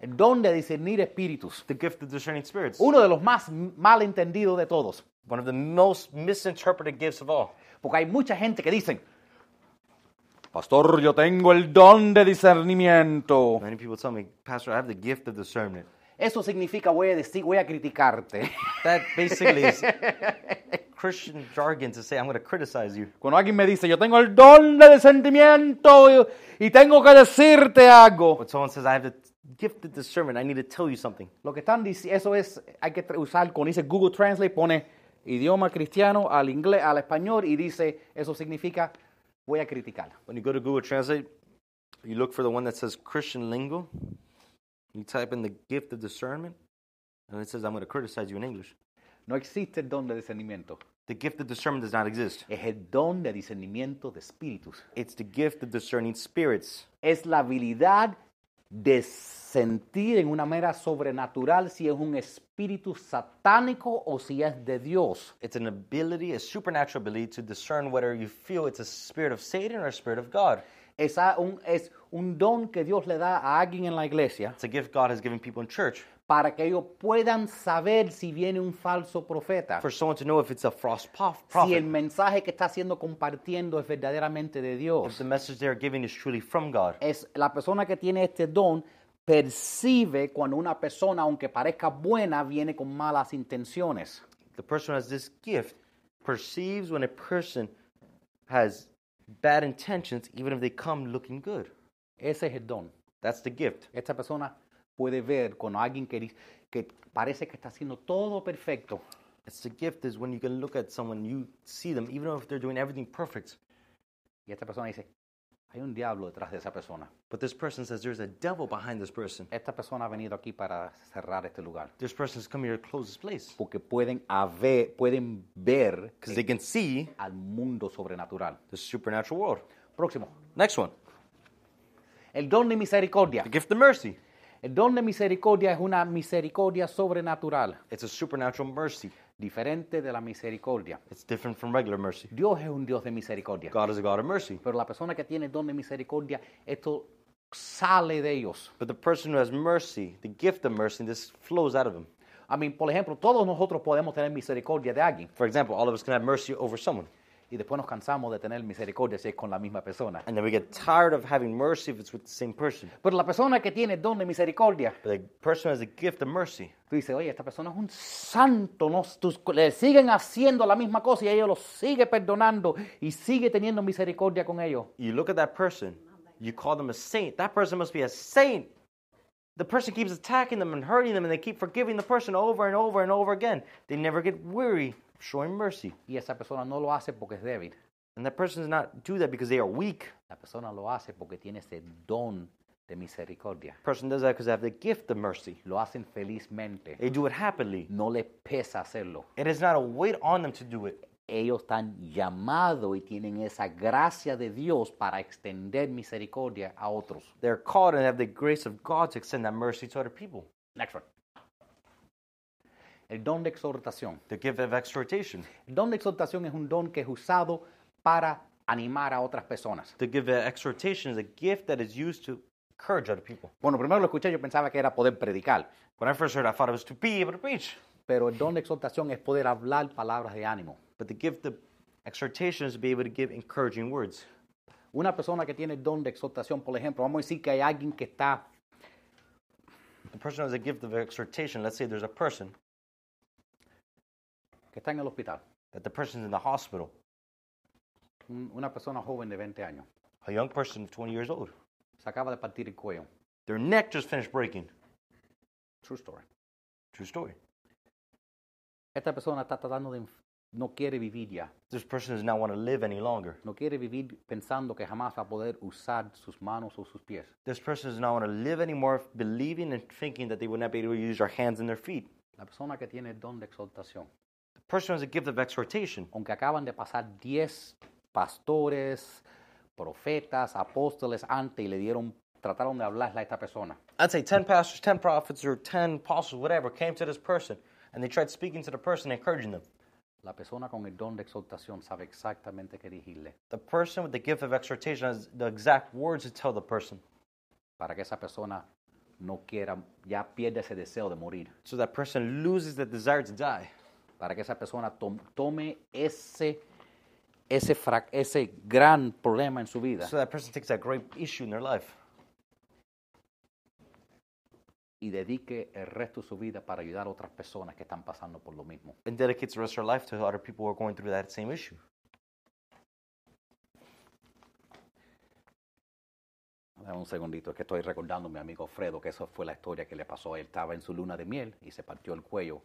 Speaker 2: El don de discernir espíritus.
Speaker 4: The gift of discerning spirits.
Speaker 2: Uno de los más m- malentendidos de todos.
Speaker 4: One of the most misinterpreted gifts of all.
Speaker 2: Porque hay mucha gente que dicen, Pastor, yo tengo el don de discernimiento.
Speaker 4: Many people tell me, Pastor, I have the gift of discernment.
Speaker 2: Eso significa voy a decir, voy a criticarte.
Speaker 4: That basically is [laughs] Christian jargon to say, I'm going to criticize you.
Speaker 2: [laughs] Cuando alguien me dice, yo tengo el don de discernimiento y, y tengo que decirte algo.
Speaker 4: When someone says, I have the gift of discernment, I need to tell you something.
Speaker 2: Lo que están diciendo, eso es, hay que tra- usar, cuando dice Google Translate, pone idioma cristiano al inglés, al español y dice, eso significa, voy a criticar.
Speaker 4: When you go to Google Translate, you look for the one that says Christian lingo. You type in the gift of discernment, and it says, I'm going to criticize you in English.
Speaker 2: No existe el don de discernimiento.
Speaker 4: The gift of discernment does not exist.
Speaker 2: Es el don de discernimiento de espíritus.
Speaker 4: It's the gift of discerning spirits.
Speaker 2: Es la habilidad de sentir en una manera sobrenatural si es un espíritu satánico o si es de Dios.
Speaker 4: It's an ability, a supernatural ability to discern whether you feel it's a spirit of Satan or a spirit of God.
Speaker 2: Es a- un, es un don que Dios le da a alguien en la iglesia
Speaker 4: It's a gift God has given people in church
Speaker 2: para que ellos puedan saber si viene un falso profeta.
Speaker 4: for someone to know if it's a false prof-
Speaker 2: si
Speaker 4: prophet,
Speaker 2: el mensaje que está haciendo compartiendo es verdaderamente de
Speaker 4: if the
Speaker 2: Dios.
Speaker 4: message they're giving is truly from God.
Speaker 2: Es la persona que tiene este don percibe cuando una persona, aunque parezca buena, viene con malas intenciones.
Speaker 4: The person who has this gift perceives when a person has bad intentions, even if they come looking good.
Speaker 2: Ese es el don.
Speaker 4: That's the gift.
Speaker 2: Esta persona puede ver cuando alguien que, di- que parece que está haciendo todo perfecto,
Speaker 4: It's the gift is when you can look at someone, you see them, even if they're doing everything perfect.
Speaker 2: y esta persona dice, Hay un diablo detrás de esa persona.
Speaker 4: But this person says there's a devil behind this person.
Speaker 2: Esta persona ha venido aquí para cerrar este lugar.
Speaker 4: This person's come here to close this place
Speaker 2: Porque pueden, haber, pueden ver
Speaker 4: because they can see
Speaker 2: al mundo sobrenatural.
Speaker 4: the supernatural world.
Speaker 2: Próximo.
Speaker 4: Next one,
Speaker 2: El don de misericordia.
Speaker 4: the gift of mercy.
Speaker 2: El don de misericordia es una misericordia sobrenatural,
Speaker 4: It's a supernatural mercy.
Speaker 2: diferente de la misericordia.
Speaker 4: It's different from regular mercy.
Speaker 2: Dios es un Dios de misericordia.
Speaker 4: God is a God of mercy.
Speaker 2: Pero la persona que tiene el don de misericordia, esto sale de ellos.
Speaker 4: But the person who has mercy, the gift of mercy, this flows out of him.
Speaker 2: A mí, por ejemplo, todos nosotros podemos tener misericordia de alguien
Speaker 4: For example, all of us can have mercy over someone.
Speaker 2: y después nos cansamos de tener misericordia si es con la misma persona.
Speaker 4: And then we get tired of having mercy if it's with the same person.
Speaker 2: Pero la persona que tiene el don de misericordia,
Speaker 4: But the person who has the gift of mercy,
Speaker 2: tú dices, oye, esta persona es un santo, ¿no? Tus- le siguen haciendo la misma cosa y ellos los sigue perdonando y sigue teniendo misericordia con ellos.
Speaker 4: you look at that person, you call them a saint. That person must be a saint. The person keeps attacking them and hurting them, and they keep forgiving the person over and over and over again. They never get weary of showing mercy.
Speaker 2: Y esa persona no lo hace porque es débil.
Speaker 4: And that person does not do that because they are weak.
Speaker 2: La persona lo hace porque tiene ese don de misericordia.
Speaker 4: person does that because they have the gift of mercy.
Speaker 2: Lo hacen felizmente.
Speaker 4: They do it happily.
Speaker 2: No les pesa hacerlo.
Speaker 4: It is not a weight on them to do it.
Speaker 2: Ellos están llamados y tienen esa gracia de Dios para extender misericordia a otros.
Speaker 4: They're called and have the grace of God to extend that mercy to other people.
Speaker 2: Next one. El don de exhortación.
Speaker 4: The gift of exhortation.
Speaker 2: El don de exhortación es un don que es usado para animar a otras personas.
Speaker 4: The gift of exhortation is a gift that is used to encourage other people.
Speaker 2: Bueno, primero lo escuché, yo pensaba que era poder predicar,
Speaker 4: When I first heard, it, I thought it was to be able to preach.
Speaker 2: pero el don de exhortación es poder hablar palabras de ánimo.
Speaker 4: But the gift of exhortation is to be able to give encouraging words.
Speaker 2: Una persona que tiene el don de exhortación, por ejemplo, vamos a decir que hay alguien que está
Speaker 4: The person who has a gift of exhortation, let's say there's a person
Speaker 2: que está en el hospital,
Speaker 4: that the person's in the hospital,
Speaker 2: un- una persona joven de 20 años,
Speaker 4: a young person of 20 years old.
Speaker 2: se acaba de partir el cuello.
Speaker 4: Their neck just finished breaking.
Speaker 2: True story.
Speaker 4: True story.
Speaker 2: Esta persona está tratando de enf- no quiere vivir ya,
Speaker 4: This person does not want to live any longer.
Speaker 2: no quiere vivir pensando que jamás va a poder usar sus manos o sus pies.
Speaker 4: This person does not want to live anymore, believing and thinking that they would not be able to use their hands and their feet.
Speaker 2: La persona que tiene el don de exhortación,
Speaker 4: The person has a gift of exhortation.
Speaker 2: aunque acaban de pasar 10 pastores, profetas, apóstoles antes y le dieron trataron de hablarle a esta persona.
Speaker 4: I'd say 10 pastors, 10 prophets, or 10 apostles, whatever, came to this person and they tried speaking to the person, encouraging them.
Speaker 2: La persona con el don de exhortación sabe exactamente qué dirigirle
Speaker 4: The person with the gift of exhortation has the exact words to tell the person
Speaker 2: para que esa persona no quiera, ya pierda ese deseo de morir,
Speaker 4: so that person loses the desire to die.
Speaker 2: para que esa persona tom- tome ese, ese, fra- ese gran problema en su vida
Speaker 4: So that person takes that great issue in their life
Speaker 2: y dedique el resto de su vida para ayudar a otras personas que están pasando por lo mismo.
Speaker 4: and dedicates the rest of their life to other people who are going through that same issue.
Speaker 2: Dame un segundito, es que estoy recordando a mi amigo Fredo que eso fue la historia que le pasó. Él estaba en su luna de miel y se partió el cuello.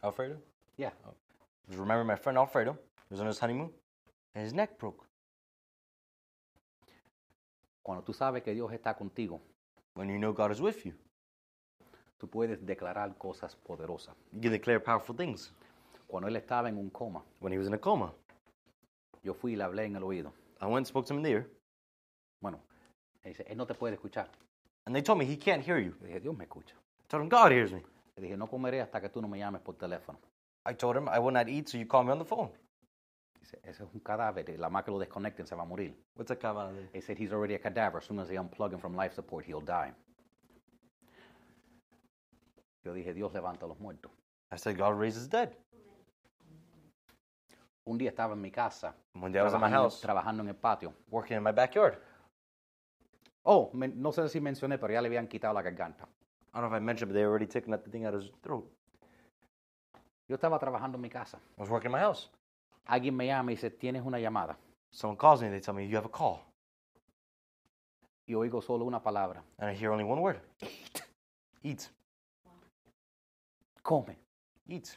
Speaker 4: Alfredo?
Speaker 2: Ya,
Speaker 4: Just remember my friend Alfredo he was on his honeymoon and his neck broke.
Speaker 2: cuando tú sabes que Dios está contigo,
Speaker 4: When you know God is with you,
Speaker 2: tú puedes declarar cosas poderosas.
Speaker 4: you can declare powerful things.
Speaker 2: Cuando él estaba en un coma,
Speaker 4: When he was in a coma,
Speaker 2: yo fui y le hablé en el oído.
Speaker 4: I went and spoke to him in the ear,
Speaker 2: Bueno, él dice, él no te puede escuchar.
Speaker 4: and they told me he can't hear you.
Speaker 2: Le dije, Dios me escucha.
Speaker 4: I told him God hears me.
Speaker 2: Le dije, no comeré hasta que tú no me llames por teléfono.
Speaker 4: I told him I will not eat, so you call me on the phone.
Speaker 2: Dice, ese es un cadáver, y la más que lo desconecten se va a morir.
Speaker 4: What's that come out of there?
Speaker 2: They said he's already a cadaver. As soon as they unplug him from life support, he'll die. Yo dije, Dios levanta a los muertos.
Speaker 4: I said God raises the dead.
Speaker 2: Un día estaba en mi casa,
Speaker 4: One day I was at my
Speaker 2: trabajando-
Speaker 4: house,
Speaker 2: trabajando en el patio.
Speaker 4: working in my backyard.
Speaker 2: Oh, me- no sé si mencioné, pero ya le habían quitado la garganta.
Speaker 4: I don't know if I mentioned, but they already taken that thing out of his throat.
Speaker 2: Yo estaba trabajando en mi casa.
Speaker 4: I was working in my house.
Speaker 2: Alguien me llama y dice, tienes una llamada.
Speaker 4: Someone calls me, they tell me you have a call,
Speaker 2: Y oigo solo una palabra,
Speaker 4: and I hear only one word: eat,
Speaker 2: come.
Speaker 4: eat, eat.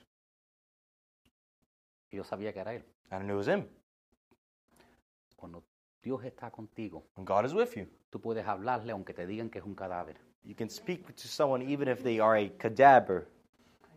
Speaker 2: Y yo sabía que era él.
Speaker 4: And I knew it was him.
Speaker 2: Cuando Dios está contigo.
Speaker 4: And God is with you.
Speaker 2: Tú puedes hablarle aunque te digan que es un cadáver.
Speaker 4: You can speak to someone even if they are a cadaver,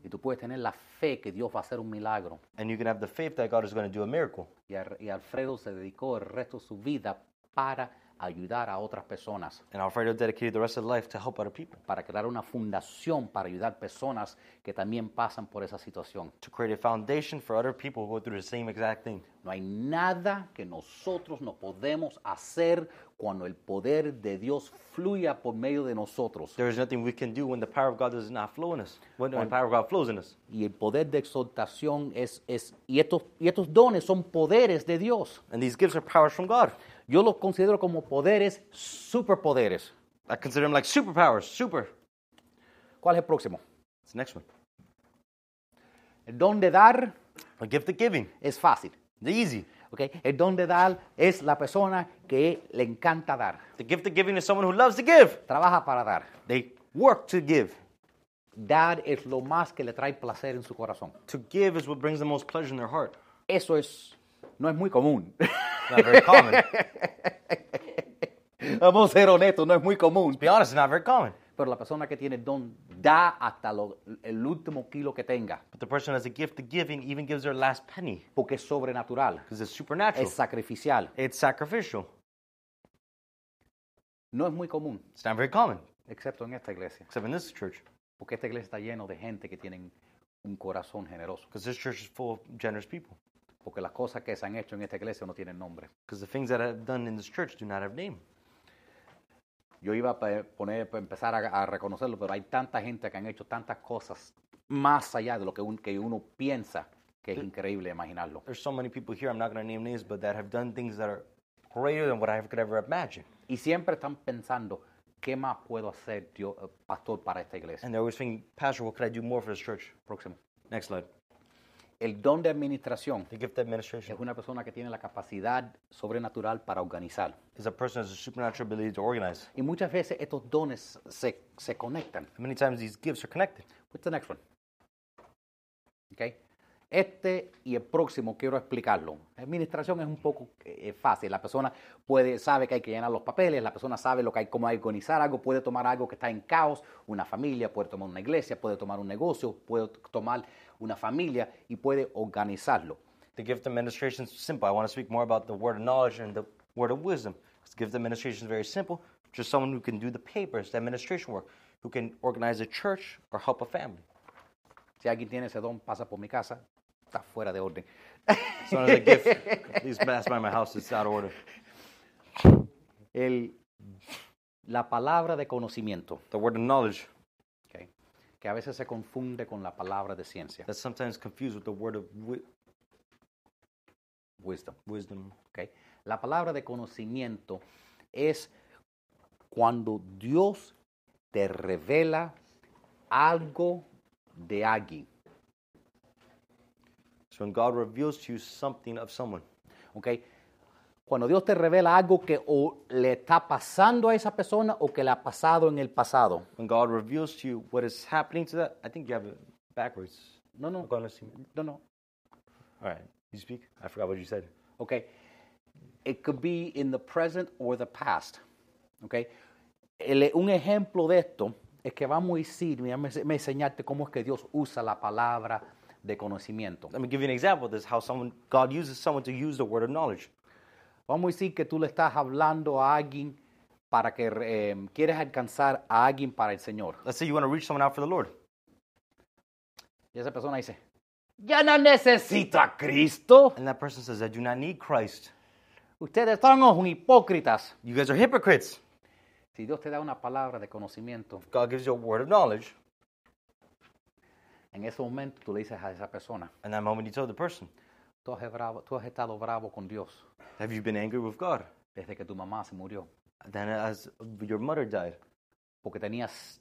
Speaker 2: Y tú puedes tener la fe que Dios va a hacer un milagro.
Speaker 4: and you can have the faith that God is going to do a miracle.
Speaker 2: Y, Ar- y Alfredo se dedicó el resto de su vida para ayudar a otras personas,
Speaker 4: And Alfredo dedicated the rest of his life to help other people,
Speaker 2: para crear una fundación para ayudar personas que también pasan por esa situación.
Speaker 4: to create a foundation for other people who go through the same exact thing.
Speaker 2: No hay nada que nosotros no podemos hacer cuando el poder de Dios fluya por medio de nosotros.
Speaker 4: There is nothing we can do when the power of God does not flow in us, when the power of God flows in us.
Speaker 2: Y el poder de exhortación es, es y, estos, y estos dones son poderes de Dios.
Speaker 4: And these gifts are powers from God.
Speaker 2: Yo los considero como poderes, superpoderes.
Speaker 4: I consider them like superpowers, super.
Speaker 2: ¿Cuál es el próximo?
Speaker 4: It's the next one.
Speaker 2: El don de dar
Speaker 4: A gift of giving,
Speaker 2: es fácil.
Speaker 4: the easy.
Speaker 2: ¿ok? El don de dar es la persona que le encanta dar,
Speaker 4: The gift of giving is someone who loves to give.
Speaker 2: trabaja para dar.
Speaker 4: They work to give.
Speaker 2: Dar es lo más que le trae placer en su corazón.
Speaker 4: To give is what brings the most pleasure in their heart.
Speaker 2: Eso es, no es muy común. [laughs]
Speaker 4: Not very common. To
Speaker 2: Vamos a ser honestos, no es muy común.
Speaker 4: be honest, it's not very common.
Speaker 2: Pero la persona que tiene el don da hasta lo- el último kilo que tenga,
Speaker 4: But the person who has a gift of giving even gives their last penny
Speaker 2: porque es sobrenatural,
Speaker 4: because it's supernatural.
Speaker 2: es sacrificial.
Speaker 4: It's sacrificial.
Speaker 2: No es muy común,
Speaker 4: It's not very common,
Speaker 2: excepto en esta iglesia,
Speaker 4: except in this church,
Speaker 2: porque esta iglesia está llena de gente que tienen un corazón generoso,
Speaker 4: because this church is full of generous people.
Speaker 2: porque las cosas que se han hecho en esta iglesia no tienen nombre.
Speaker 4: Because the things that I've done in this church do not have name.
Speaker 2: Yo iba a pe- poner, pe- empezar a, a reconocerlo, pero hay tanta gente que han hecho tantas cosas más allá de lo que, un- que uno piensa que es increíble imaginarlo.
Speaker 4: There's so many people here, I'm not going to name names, but that have done things that are greater than what I could ever imagine.
Speaker 2: Y siempre están pensando, ¿qué más puedo hacer, Dios, eh, pastor, para esta iglesia?
Speaker 4: And they're always thinking, Pastor, what could I do more for this church?
Speaker 2: Próximo.
Speaker 4: Next slide.
Speaker 2: El don de administración
Speaker 4: The gift of administration
Speaker 2: es una persona que tiene la capacidad sobrenatural para organizar.
Speaker 4: is a person who has a supernatural ability to organize.
Speaker 2: Y muchas veces estos dones se, se conectan.
Speaker 4: Many times these gifts are connected.
Speaker 2: What's the next one? Okay. Este y el próximo quiero explicarlo. Administración es un poco eh, fácil. La persona puede, sabe que hay que llenar los papeles, la persona sabe lo que hay, cómo hay que organizar algo, puede tomar algo que está en caos, una familia, puede tomar una iglesia, puede tomar un negocio, puede tomar una familia y puede organizarlo.
Speaker 4: The gift of administration is simple. I want to speak more about the word of knowledge and the word of wisdom. 'Cause The gift of administration is very simple. Just someone who can do the papers, the administration work, who can organize a church or help a family.
Speaker 2: Si alguien tiene ese don, pasa por mi casa, está fuera de orden.
Speaker 4: It's not as a gift. Please pass by my house. It's out of order.
Speaker 2: [laughs] El- la palabra de conocimiento,
Speaker 4: The word of knowledge
Speaker 2: ok, que a veces se confunde con la palabra de ciencia,
Speaker 4: that's sometimes confused with the word of wi-
Speaker 2: wisdom.
Speaker 4: wisdom.
Speaker 2: ¿ok? La palabra de conocimiento es cuando Dios te revela algo de alguien.
Speaker 4: So when God reveals to you something of someone,
Speaker 2: ¿ok? Cuando Dios te revela algo que o le está pasando a esa persona o que le ha pasado en el pasado.
Speaker 4: when God reveals to you what is happening to that, I think you have it backwards.
Speaker 2: No, no,
Speaker 4: Go on, let's see.
Speaker 2: no, no.
Speaker 4: All right, you speak. I forgot what you said.
Speaker 2: ¿ok? It could be in the present or the past. ¿ok? El- un ejemplo de esto es que vamos a decir, mira, me, me enseñaste cómo es que Dios usa la palabra de conocimiento.
Speaker 4: Let me give you an example of this: how someone God uses someone to use the word of knowledge.
Speaker 2: Vamos a decir que tú le estás hablando a alguien para que eh, quieres alcanzar a alguien para el Señor.
Speaker 4: Let's say you want to reach someone out for the Lord.
Speaker 2: Y esa persona dice, ya no necesito a Cristo.
Speaker 4: And that person says, I do not need Christ.
Speaker 2: Ustedes son unos hipócritas.
Speaker 4: You guys are hypocrites.
Speaker 2: Si Dios te da una palabra de conocimiento,
Speaker 4: God gives you a word of knowledge.
Speaker 2: en ese momento tú le dices a esa persona,
Speaker 4: In that moment, you tell the person,
Speaker 2: tú has, bravo- tú has estado bravo con Dios
Speaker 4: Have you been angry with God?
Speaker 2: desde que tu mamá se murió,
Speaker 4: Then, as your mother died,
Speaker 2: porque tenías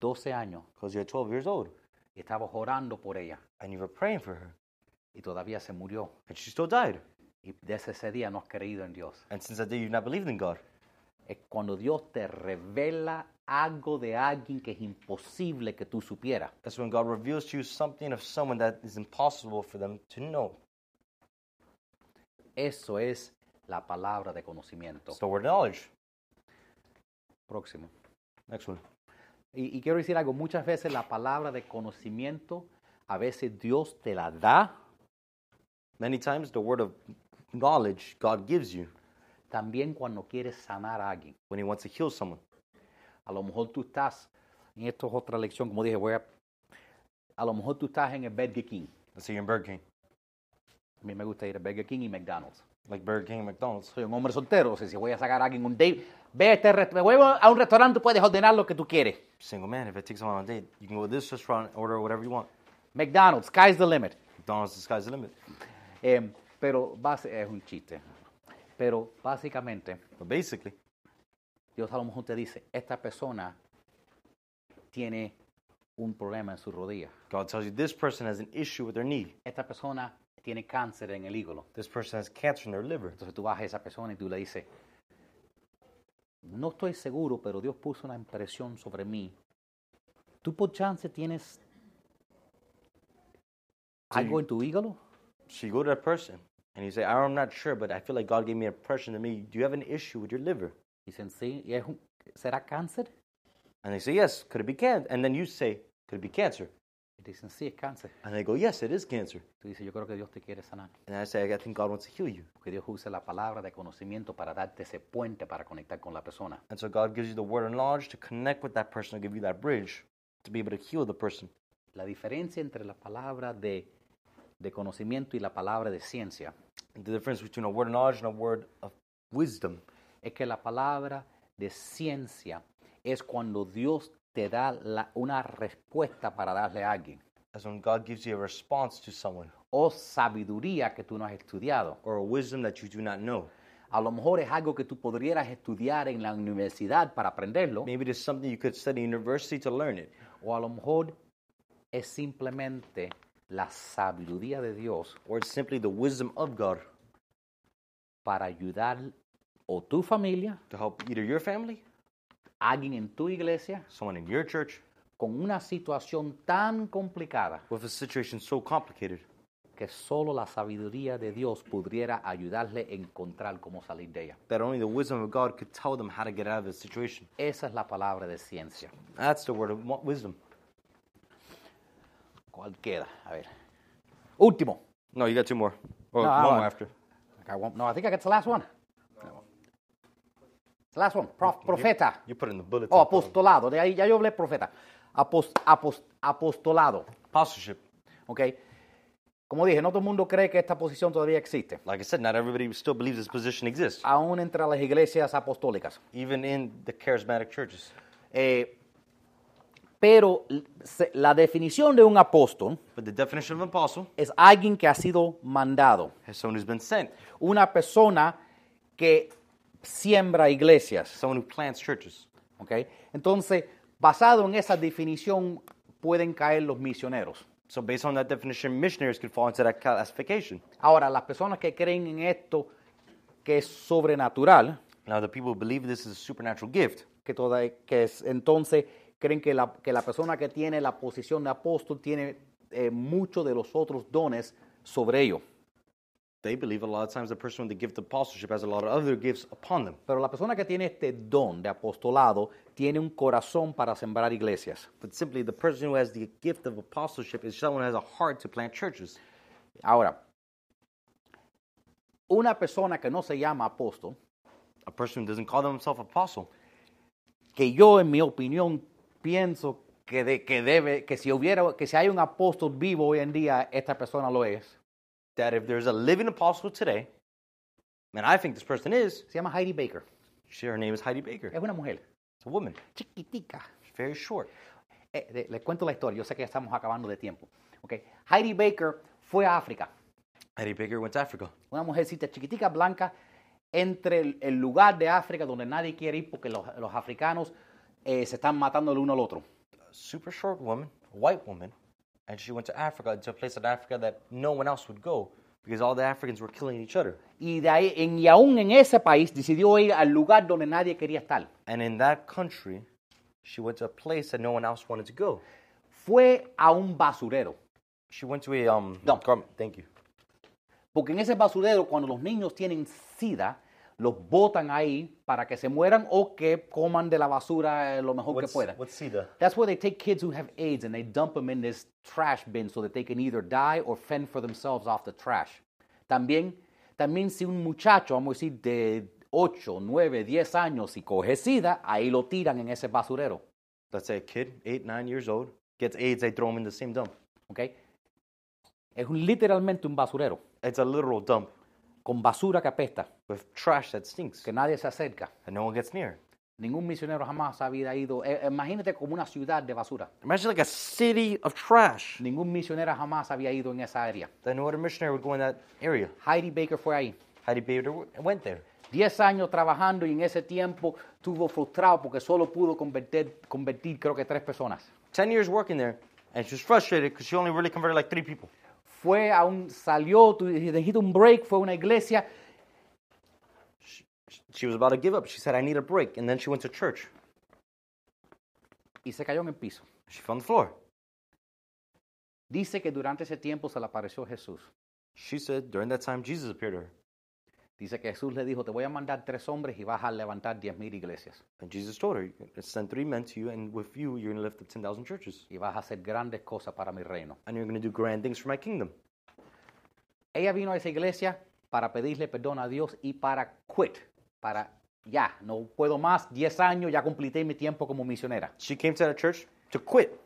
Speaker 2: 12 años
Speaker 4: because you're 12 years old,
Speaker 2: y estabas orando por ella
Speaker 4: and you were praying for her,
Speaker 2: y todavía se murió.
Speaker 4: and she still died.
Speaker 2: Y desde ese día no has creído en Dios.
Speaker 4: And since that day, you've not believed in God.
Speaker 2: es cuando Dios te revela algo de alguien que es imposible que tú supieras.
Speaker 4: That's when God reveals to you something of someone that is impossible for them to know.
Speaker 2: Eso es la palabra de conocimiento.
Speaker 4: It's the word knowledge.
Speaker 2: Próximo.
Speaker 4: Next one.
Speaker 2: Y, y quiero decir algo, muchas veces la palabra de conocimiento, a veces Dios te la da,
Speaker 4: Many times the word of knowledge God gives you
Speaker 2: también cuando quieres sanar a alguien.
Speaker 4: when He wants to heal someone.
Speaker 2: A lo mejor tú estás, en esto es otra lección, como dije, voy a, a lo mejor tú estás en el Burger King.
Speaker 4: Let's say you're in Burger King,
Speaker 2: A mí me gusta ir a Burger King y McDonald's.
Speaker 4: like Burger King and McDonald's.
Speaker 2: Soy un hombre soltero, o sea, si voy a sacar a alguien un date, ve a, este rest- voy a un restaurante, tú puedes ordenar lo que tú quieres.
Speaker 4: Single man, if it takes someone on a date, you can go to this restaurant, order whatever you want.
Speaker 2: McDonald's, sky's the limit.
Speaker 4: McDonald's, the sky's the limit.
Speaker 2: Eh, pero base- es un chiste. Pero básicamente,
Speaker 4: But basically,
Speaker 2: Dios a lo mejor te dice, esta persona tiene un problema en su rodilla.
Speaker 4: God tells you this person has an issue with their knee.
Speaker 2: Esta persona tiene cáncer en el hígado.
Speaker 4: This person has cancer in their liver.
Speaker 2: Entonces tú vas a esa persona y tú le dices, no estoy seguro, pero Dios puso una impresión sobre mí. ¿Tú por chance tienes algo en tu hígado?
Speaker 4: So you go to that person and you say, I'm not sure, but I feel like God gave me an impression to me. Do you have an issue with your liver?
Speaker 2: Dicen, sí, ¿y es un- ¿será cáncer?
Speaker 4: And they say, Yes, could it be cancer? And then you say, Could it be cancer?
Speaker 2: Y dicen, sí, es cáncer.
Speaker 4: And they go, Yes, it is cancer.
Speaker 2: Tú dices, yo creo que Dios te quiere sanar.
Speaker 4: And I say, I think God wants to heal you.
Speaker 2: Porque Dios usa la palabra de conocimiento para darte ese puente para conectar con la persona.
Speaker 4: And so God gives you the word and knowledge to connect with that person, to give you that bridge to be able to heal the person.
Speaker 2: La diferencia entre la palabra de, de conocimiento y la palabra de ciencia
Speaker 4: And the difference between a word of knowledge and a word of wisdom
Speaker 2: es que la palabra de ciencia es cuando Dios te da la- una respuesta para darle a alguien
Speaker 4: is when God gives you a response to someone
Speaker 2: o sabiduría que tú no has estudiado.
Speaker 4: or a wisdom that you do not know.
Speaker 2: A lo mejor es algo que tú podrías estudiar en la universidad para aprenderlo
Speaker 4: Maybe it is something you could study in university to learn it.
Speaker 2: o a lo mejor es simplemente la sabiduría de Dios
Speaker 4: Or it's simply the wisdom of God
Speaker 2: para ayudar o tu familia,
Speaker 4: to help either your family,
Speaker 2: alguien en tu iglesia,
Speaker 4: someone in your church,
Speaker 2: con una situación tan complicada
Speaker 4: with a situation so complicated
Speaker 2: que solo la sabiduría de Dios pudiera ayudarle a encontrar cómo salir de ella.
Speaker 4: that only the wisdom of God could tell them how to get out of the situation.
Speaker 2: Esa es la palabra de ciencia.
Speaker 4: That's the word of mo- wisdom.
Speaker 2: ¿Cuál queda? A ver. Último.
Speaker 4: No, you got two more. Or
Speaker 2: No,
Speaker 4: one
Speaker 2: I
Speaker 4: more
Speaker 2: want-
Speaker 4: after.
Speaker 2: I want- no, I think I got the last one. The last one. Prof- profeta. Oh,
Speaker 4: You put in the bullet.
Speaker 2: O apostolado. De ahí ya yo hablé profeta. Apos- apos- apostolado.
Speaker 4: Apostleship.
Speaker 2: ¿Ok? Como dije, no todo el mundo cree que esta posición todavía existe.
Speaker 4: Like I said, not everybody still believes this position exists,
Speaker 2: Aún entre las iglesias apostólicas.
Speaker 4: even in the charismatic churches.
Speaker 2: Eh, pero l- se- la definición de un apóstol
Speaker 4: But the definition of an apostle
Speaker 2: es alguien que ha sido mandado,
Speaker 4: is someone who's been sent,
Speaker 2: una persona que siembra iglesias.
Speaker 4: someone who plants churches.
Speaker 2: ¿ok? Entonces, basado en esa definición pueden caer los misioneros.
Speaker 4: So, based on that definition, missionaries could fall into that classification.
Speaker 2: Ahora, las personas que creen en esto que es sobrenatural,
Speaker 4: Now, the people who believe this is a supernatural gift,
Speaker 2: que, toda, que es, entonces creen que la, que la persona que tiene la posición de apóstol tiene eh, muchos de los otros dones sobre ellos.
Speaker 4: they believe a lot of times the person with the gift of apostleship has a lot of other gifts upon them.
Speaker 2: Pero la persona que tiene este don de apostolado tiene un corazón para sembrar iglesias.
Speaker 4: But simply, the person who has the gift of apostleship is someone who has a heart to plant churches.
Speaker 2: Ahora, una persona que no se llama apóstol,
Speaker 4: A person who doesn't call themselves apostle,
Speaker 2: que yo en mi opinión pienso que, de- que debe, que si hubiera, que si hay un apóstol vivo hoy en día, esta persona lo es.
Speaker 4: that if there's a living apostle today, and I think this person is,
Speaker 2: Se llama Heidi Baker.
Speaker 4: she, her name is Heidi Baker.
Speaker 2: Es
Speaker 4: It's
Speaker 2: una mujer
Speaker 4: a woman.
Speaker 2: chiquitica.
Speaker 4: She's very short.
Speaker 2: Eh, de- les cuento la historia. Yo sé que ya estamos acabando de tiempo. ok. Heidi Baker fue a África.
Speaker 4: Heidi Baker went to Africa.
Speaker 2: una mujercita chiquitica blanca entre el, el lugar de África donde nadie quiere ir porque los, los africanos eh, se están matando el uno al otro.
Speaker 4: A super short woman, a white woman, and she went to Africa, to a place in Africa that no one else would go because all the Africans were killing each other.
Speaker 2: Y, de ahí, en- y aún en ese país decidió ir al lugar donde nadie quería estar.
Speaker 4: And in that country, she went to a place that no one else wanted to go.
Speaker 2: Fue a un basurero.
Speaker 4: She went to a um.
Speaker 2: Dump.
Speaker 4: garment- Thank you.
Speaker 2: Porque en ese basurero, cuando los niños tienen sida, los botan ahí para que se mueran o que coman de la basura eh, lo mejor que
Speaker 4: What's,
Speaker 2: puedan.
Speaker 4: what's SIDA?
Speaker 2: That's where they take kids who have AIDS and they dump them in this trash bin so that they can either die or fend for themselves off the trash. También, también si un muchacho, vamos a decir, de 8, 9, 10 años y coge sida, ahí lo tiran en ese basurero.
Speaker 4: Let's say a kid, eight, nine years old, gets AIDS, they throw him in the same dump.
Speaker 2: ¿ok? Es un- literalmente un basurero,
Speaker 4: It's a literal dump
Speaker 2: con basura que apesta,
Speaker 4: with trash that stinks
Speaker 2: que nadie se acerca.
Speaker 4: and no one gets near.
Speaker 2: Ningún misionero jamás había ido. eh, imagínate como una ciudad de basura.
Speaker 4: Imagine like a city of trash.
Speaker 2: Ningún misionero jamás había ido en esa área.
Speaker 4: Then no other missionary would go in that area.
Speaker 2: Heidi Baker fue ahí.
Speaker 4: Heidi Bader w- went there.
Speaker 2: 10 años trabajando y en ese tiempo estuvo frustrado porque solo pudo convertir, convertir creo que tres personas.
Speaker 4: 10 years working there, and she was frustrated because she only really converted like three people.
Speaker 2: Fue a un, salió, tu- dijiste un break, fue a una iglesia
Speaker 4: She was about to give up. She said, I need a break. And then she went to church.
Speaker 2: y se cayó en el piso.
Speaker 4: She fell on the floor.
Speaker 2: Dice que durante ese tiempo se le apareció Jesús.
Speaker 4: She said, during that time, Jesus appeared to her.
Speaker 2: Dice que Jesús le dijo, te voy a mandar tres hombres y vas a levantar 10.000 iglesias
Speaker 4: And Jesus told her, send three men to you, and with you, you're going to lift up 10,000 churches.
Speaker 2: y vas a hacer grandes cosas para mi reino.
Speaker 4: And you're going to do grand things for my kingdom.
Speaker 2: Ella vino a esa iglesia para pedirle perdón a Dios y para quit, para ya, no puedo más, 10 años, ya cumplí mi tiempo como misionera.
Speaker 4: She came to that church to quit.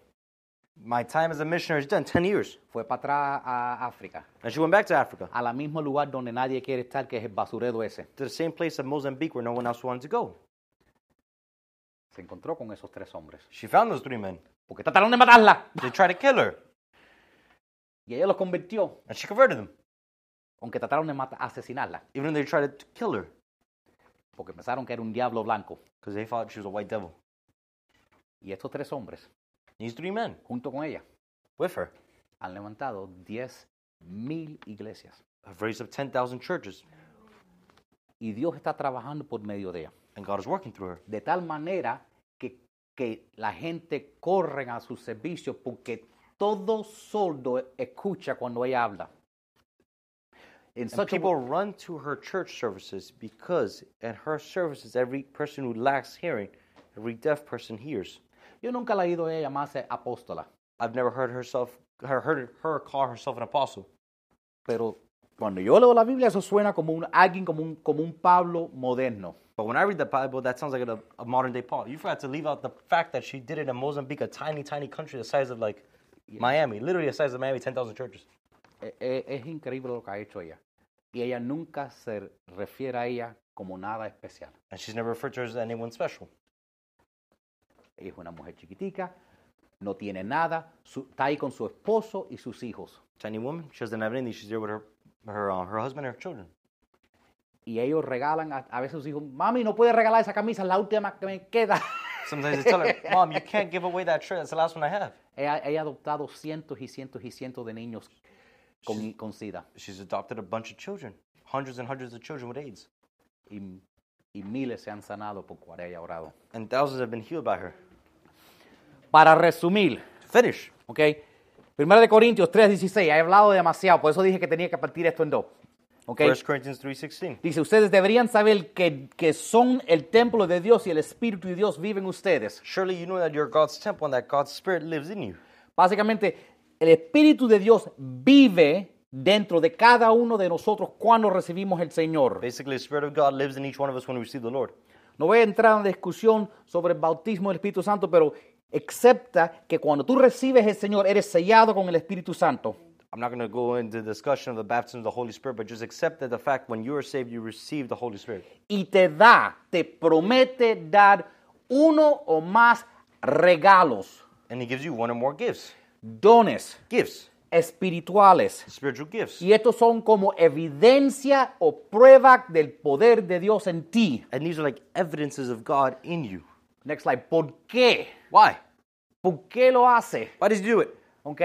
Speaker 4: My time as a missionary is done, 10 years.
Speaker 2: Fue para atrás a África,
Speaker 4: And she went back to Africa,
Speaker 2: a la mismo lugar donde nadie quiere estar, que es el basurero ese.
Speaker 4: to the same place of Mozambique where no one else wanted to go.
Speaker 2: Se encontró con esos tres hombres,
Speaker 4: She found those three men.
Speaker 2: porque trataron de matarla.
Speaker 4: They tried to kill her,
Speaker 2: Y ella los convirtió,
Speaker 4: and she converted them,
Speaker 2: aunque trataron de mata- asesinarla,
Speaker 4: even though they tried to kill her
Speaker 2: porque pensaron que era un diablo blanco.
Speaker 4: because they thought she was a white devil.
Speaker 2: Y estos tres hombres,
Speaker 4: These three men
Speaker 2: junto con ella,
Speaker 4: with her
Speaker 2: han levantado 10 mil iglesias.
Speaker 4: have raised up 10,000 churches,
Speaker 2: Y Dios está trabajando por medio de ella.
Speaker 4: and God is working through her.
Speaker 2: De tal manera que, que la gente corre a sus servicios porque todo sordo escucha cuando ella habla. En
Speaker 4: And
Speaker 2: such a
Speaker 4: people
Speaker 2: way-
Speaker 4: run to her church services because at her services, every person who lacks hearing, every deaf person hears.
Speaker 2: yo nunca la he oído a ella llamarse apóstola,
Speaker 4: I've never heard herself her, heard her call herself an apostle.
Speaker 2: pero cuando yo leo la Biblia eso suena como un, alguien como un, como un Pablo moderno.
Speaker 4: But when I read the Bible, that sounds like a, a modern day Paul. You forgot to leave out the fact that she did it in Mozambique, a tiny, tiny country the size of like Miami, literally the size of Miami, 10,000 churches.
Speaker 2: E- e- es increíble lo que ha hecho ella. Y ella nunca se refiere a ella como nada especial.
Speaker 4: And she's never referred to her as anyone special.
Speaker 2: Ella es una mujer chiquitica, no tiene nada, su- está ahí con su esposo y sus hijos.
Speaker 4: Tiny woman, she doesn't have anything. She's there with her, her, uh, her husband and her children.
Speaker 2: Y ellos regalan, a, a veces sus hijos, mami, no puedes regalar esa camisa, es la última que me queda. [laughs]
Speaker 4: Sometimes they tell her, Mom, you can't give away that shirt. That's the last one I have.
Speaker 2: ella, ella ha adoptado cientos y cientos y cientos de niños con, con SIDA
Speaker 4: She's adopted a bunch of children, hundreds and hundreds of children with AIDS.
Speaker 2: y, y miles se han sanado por cual ella ha orado.
Speaker 4: And thousands have been healed by her.
Speaker 2: Para resumir,
Speaker 4: To finish,
Speaker 2: ¿ok? Primero de Corintios 3.16, he hablado demasiado, por eso dije que tenía que partir esto en dos. ¿ok?
Speaker 4: 1 Corinthians 3.16.
Speaker 2: Dice, ustedes deberían saber que, que son el templo de Dios y el Espíritu de Dios vive en ustedes.
Speaker 4: Surely you know that you're God's temple and that God's spirit lives in you.
Speaker 2: Básicamente, el Espíritu de Dios vive dentro de cada uno de nosotros cuando recibimos el Señor.
Speaker 4: Basically, the spirit of God lives in each one of us when we receive the Lord.
Speaker 2: No voy a entrar en discusión sobre el bautismo del Espíritu Santo, pero excepta que cuando tú recibes el Señor eres sellado con el Espíritu Santo.
Speaker 4: I'm not going to go into discussion of the baptism of the Holy Spirit, but just accept that the fact when you are saved, you receive the Holy Spirit.
Speaker 2: Y te da, te promete dar uno o más regalos,
Speaker 4: And He gives you one or more gifts.
Speaker 2: dones
Speaker 4: Gifts.
Speaker 2: espirituales.
Speaker 4: Spiritual gifts.
Speaker 2: Y estos son como evidencia o prueba del poder de Dios en ti.
Speaker 4: And these are like evidences of God in you.
Speaker 2: Next slide. ¿Por qué?
Speaker 4: Why?
Speaker 2: ¿Por qué lo hace?
Speaker 4: Why does He do it?
Speaker 2: ¿Ok?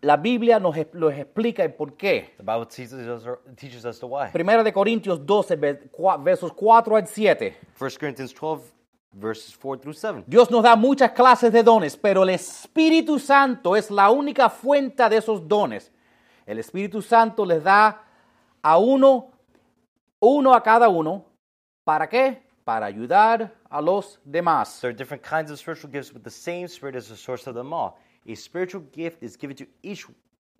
Speaker 2: La Biblia nos es- los explica el por qué.
Speaker 4: The Bible teaches us, teaches us the why.
Speaker 2: Primera de Corintios 12, ve- cua- versos 4 al 7.
Speaker 4: 1 Corinthians 12, verses 4 through 7.
Speaker 2: Dios nos da muchas clases de dones, pero el Espíritu Santo es la única fuente de esos dones. El Espíritu Santo les da a uno uno a cada uno. ¿Para qué? Para ayudar a los demás.
Speaker 4: There are different kinds of spiritual gifts, but the same Spirit is the source of them all. A spiritual gift is given to each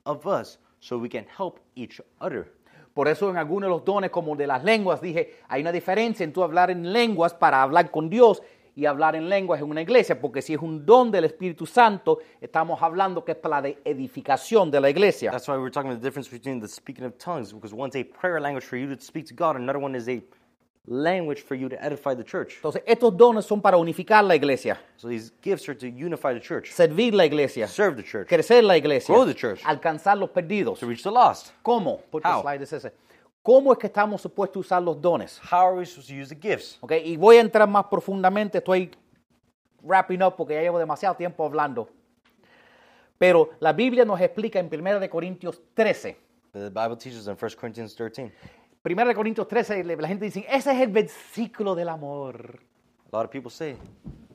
Speaker 4: of us so we can help each other.
Speaker 2: Por eso en algunos de los dones, como de las lenguas, dije, hay una diferencia en tú hablar en lenguas para hablar con Dios y hablar en lenguas en una iglesia, porque si es un don del Espíritu Santo, estamos hablando que es para la de edificación de la iglesia.
Speaker 4: That's why we were talking about the difference between the speaking of tongues, because one's a prayer language for you to speak to God, another one is a language for you to edify the church.
Speaker 2: Entonces, estos dones son para unificar la iglesia,
Speaker 4: So these gifts are to unify the church,
Speaker 2: servir la iglesia,
Speaker 4: serve the church,
Speaker 2: crecer la iglesia,
Speaker 4: Grow the church.
Speaker 2: alcanzar los perdidos.
Speaker 4: to reach the lost.
Speaker 2: ¿Cómo? Put the
Speaker 4: How?
Speaker 2: slide is ese. ¿Cómo es que estamos supuestos a usar los dones?
Speaker 4: How are we supposed to use the gifts?
Speaker 2: ¿Ok? Y voy a entrar más profundamente, estoy wrapping up porque ya llevo demasiado tiempo hablando. Pero la Biblia nos explica en 1 de Corintios 13.
Speaker 4: The Bible teaches in 1 Corinthians 13.
Speaker 2: 1 de Corintios 13, le- la gente dice, ese es el versículo del amor.
Speaker 4: A lot of people say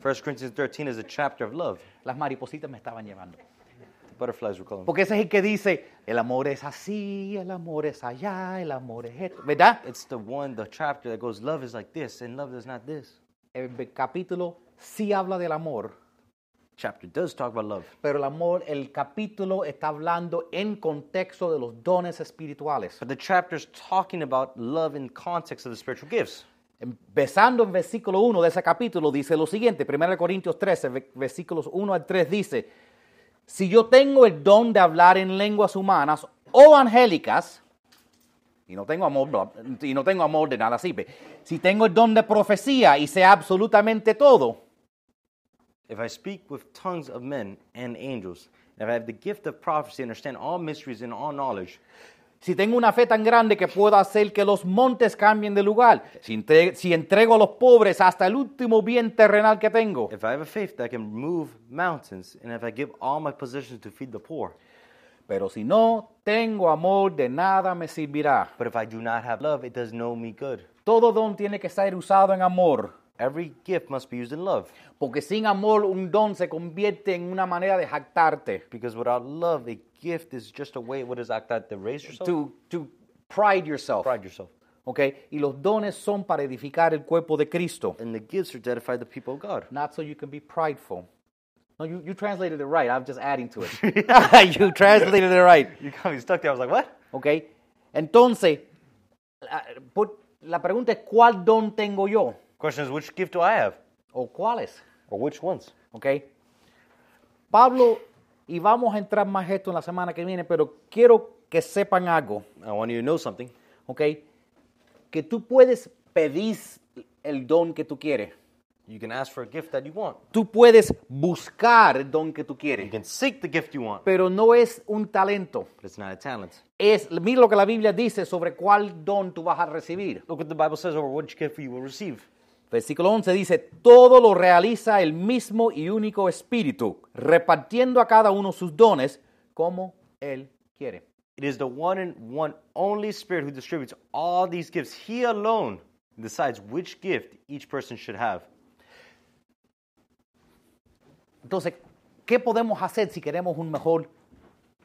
Speaker 4: 1 Corinthians 13 is a chapter of love.
Speaker 2: Las maripositas me estaban llevando.
Speaker 4: The butterflies were calling.
Speaker 2: Porque ese es el que dice, el amor es así, el amor es allá, el amor es esto. ¿Verdad?
Speaker 4: It's the one, the chapter that goes, love is like this, and love is not this.
Speaker 2: El capítulo sí habla del amor,
Speaker 4: Chapter does talk about love,
Speaker 2: pero el amor, el capítulo está hablando en contexto de los dones espirituales.
Speaker 4: but the chapter's talking about love in context of the spiritual gifts.
Speaker 2: Empezando en versículo 1 de ese capítulo, dice lo siguiente, 1 Corintios 13, ve- versículos 1 al 3 dice, si yo tengo el don de hablar en lenguas humanas o angélicas, y no tengo amor, bla- y no tengo amor de nada sirve, si tengo el don de profecía y sé absolutamente todo,
Speaker 4: If I speak with tongues of men and angels, and if I have the gift of prophecy, understand all mysteries and all knowledge,
Speaker 2: si tengo una fe tan grande que puedo hacer que los montes cambien de lugar, si, entre- si entrego a los pobres hasta el último bien terrenal que tengo,
Speaker 4: if I have a faith that can move mountains, and if I give all my possessions to feed the poor,
Speaker 2: pero si no tengo amor de nada me servirá.
Speaker 4: but if I do not have love, it does no me good.
Speaker 2: Todo don tiene que ser usado en amor,
Speaker 4: Every gift must be used in love,
Speaker 2: porque sin amor un don se convierte en una manera de jactarte.
Speaker 4: because without love, a gift is just a way, what is that, that to raise yourself?
Speaker 2: To, to pride yourself.
Speaker 4: pride yourself.
Speaker 2: Ok, y los dones son para edificar el cuerpo de Cristo.
Speaker 4: And the gifts are to edify the people of [laughs] God.
Speaker 2: Not so you can be prideful. No, you, you translated it right. I'm just adding to
Speaker 4: [laughs]
Speaker 2: it. [laughs] you translated it right.
Speaker 4: You got me stuck there. I was like, what?
Speaker 2: Ok, entonces, la, por- la pregunta es: ¿cuál don tengo yo?
Speaker 4: Question is, which gift do I have?
Speaker 2: ¿O cuáles?
Speaker 4: Or which ones?
Speaker 2: ¿Ok? Pablo, y vamos a entrar más esto en la semana que viene, pero quiero que sepan algo,
Speaker 4: I want you to know something.
Speaker 2: ¿ok? Que tú puedes pedir el don que tú quieres.
Speaker 4: You can ask for a gift that you want.
Speaker 2: Tú puedes buscar el don que tú
Speaker 4: You
Speaker 2: quieres,
Speaker 4: can seek the gift you want, but
Speaker 2: pero no es un talento.
Speaker 4: it's not a talent.
Speaker 2: Es, mira lo que la Biblia dice sobre cuál don tú vas a recibir.
Speaker 4: Look what the Bible says over which gift you will receive.
Speaker 2: Versículo 11 dice, todo lo realiza el mismo y único espíritu, repartiendo a cada uno sus dones como él quiere.
Speaker 4: It is the one and one only Spirit who distributes all these gifts. He alone decides which gift each person should have.
Speaker 2: Entonces, ¿qué podemos hacer si queremos un mejor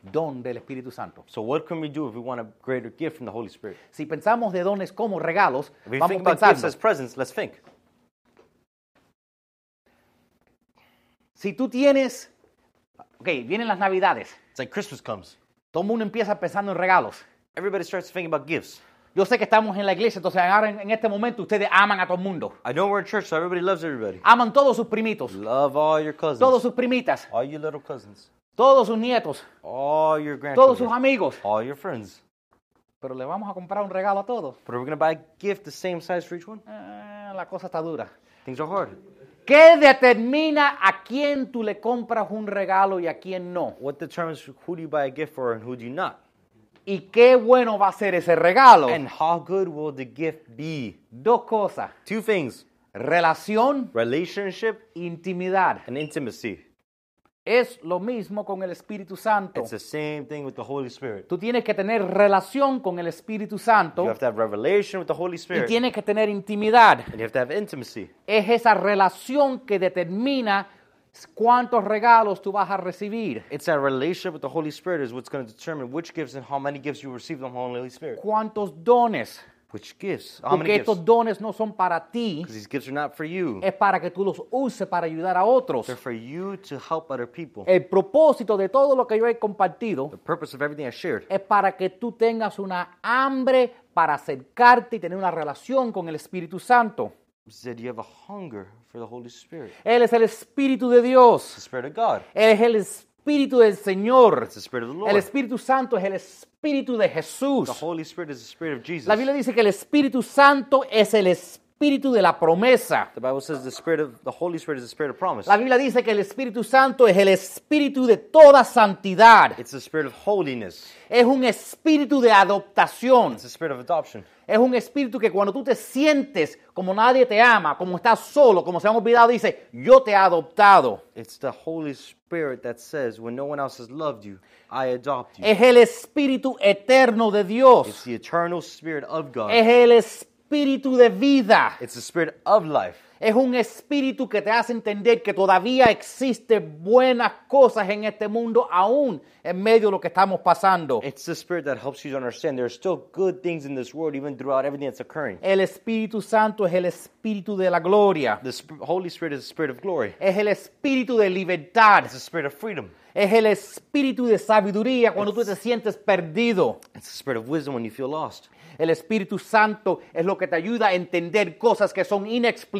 Speaker 2: don del Espíritu Santo?
Speaker 4: So, what can we do if we want a greater gift from the Holy Spirit?
Speaker 2: Si pensamos de dones como regalos,
Speaker 4: If we
Speaker 2: vamos
Speaker 4: think about gifts
Speaker 2: pensando.
Speaker 4: as presents, let's think.
Speaker 2: Si tú tienes, ok, vienen las navidades,
Speaker 4: It's like Christmas comes.
Speaker 2: todo el mundo empieza pensando en regalos.
Speaker 4: Everybody starts thinking about gifts.
Speaker 2: Yo sé que estamos en la iglesia, entonces ahora en, en este momento ustedes aman a todo el mundo.
Speaker 4: I know we're in church, so everybody loves everybody.
Speaker 2: Aman todos sus primitos,
Speaker 4: Love all your cousins.
Speaker 2: todos sus primitas,
Speaker 4: All your little cousins.
Speaker 2: todos sus nietos,
Speaker 4: All your grandchildren.
Speaker 2: todos sus amigos.
Speaker 4: all your friends.
Speaker 2: Pero le vamos a comprar un regalo a todos.
Speaker 4: But are we going to buy a gift the same size for each one?
Speaker 2: Ah, la cosa está dura.
Speaker 4: Things are hard.
Speaker 2: ¿Qué determina a quién tú le compras un regalo y a quién no?
Speaker 4: What determines who do you buy a gift for and who do you not?
Speaker 2: Y qué bueno va a ser ese regalo.
Speaker 4: Oh. And how good will the gift be?
Speaker 2: Dos cosas.
Speaker 4: Two things
Speaker 2: Relación,
Speaker 4: relationship
Speaker 2: intimidad.
Speaker 4: and intimacy.
Speaker 2: Es lo mismo con el Espíritu Santo.
Speaker 4: It's the same thing with the Holy Spirit.
Speaker 2: Tú tienes que tener relación con el Espíritu
Speaker 4: You
Speaker 2: Santo
Speaker 4: have to have revelation with the Holy
Speaker 2: Oh. y
Speaker 4: Spirit, and
Speaker 2: tienes que tener intimidad.
Speaker 4: you have to have intimacy.
Speaker 2: Es esa relación que determina cuántos regalos tú vas a recibir.
Speaker 4: It's that relationship with the Holy Spirit is what's going to determine which gifts and how many gifts you receive from the Holy Spirit.
Speaker 2: Cuántos dones.
Speaker 4: Which gifts? How
Speaker 2: Porque Eh.
Speaker 4: many gifts?
Speaker 2: estos dones no son para ti,
Speaker 4: Because these gifts are not for you.
Speaker 2: es para que tú los uses para ayudar a otros.
Speaker 4: They're for you to help other people.
Speaker 2: El propósito de todo lo que yo he compartido
Speaker 4: The purpose of everything I shared
Speaker 2: es para que tú tengas una hambre para acercarte y tener una relación con el Espíritu Santo.
Speaker 4: is that you have a hunger for the Holy Spirit.
Speaker 2: Él es el Espíritu de
Speaker 4: It's the
Speaker 2: Dios.
Speaker 4: Spirit of God.
Speaker 2: Él es el Espíritu del Señor.
Speaker 4: It's the Spirit of the
Speaker 2: El
Speaker 4: Lord.
Speaker 2: Espíritu Santo es el Espíritu de Jesús.
Speaker 4: The Holy Spirit is the Spirit of Jesus.
Speaker 2: La Biblia dice que el Espíritu Santo es el Espíritu de la promesa.
Speaker 4: The Bible says the Spirit of the Holy Spirit is the Spirit of promise.
Speaker 2: La Biblia dice que el Espíritu Santo es el Espíritu de toda santidad.
Speaker 4: It's the Spirit of holiness.
Speaker 2: Es un Espíritu de adoptación.
Speaker 4: It's the Spirit of adoption.
Speaker 2: Es un espíritu que cuando tú te sientes como nadie te ama, como estás solo, como se han olvidado, dice, yo te he adoptado.
Speaker 4: It's the Holy Spirit that says, when no one else has loved you, I adopt you.
Speaker 2: Es el espíritu eterno de
Speaker 4: It's
Speaker 2: Dios.
Speaker 4: the eternal Spirit of God.
Speaker 2: Es el espíritu de vida.
Speaker 4: It's the Spirit of life.
Speaker 2: Es un espíritu que te hace entender que todavía existen buenas cosas en este mundo, aún en medio de lo que estamos pasando.
Speaker 4: It's the Spirit that helps you to understand there are still good things in this world, even throughout everything that's occurring.
Speaker 2: El Espíritu Santo es el espíritu de la gloria.
Speaker 4: The Sp- Holy Spirit is the Spirit of glory.
Speaker 2: Es el espíritu de libertad.
Speaker 4: It's the Spirit of freedom.
Speaker 2: Es el espíritu de sabiduría cuando tú te sientes perdido.
Speaker 4: It's the Spirit of wisdom when you feel lost.
Speaker 2: El Espíritu Santo es lo que te ayuda a entender cosas que son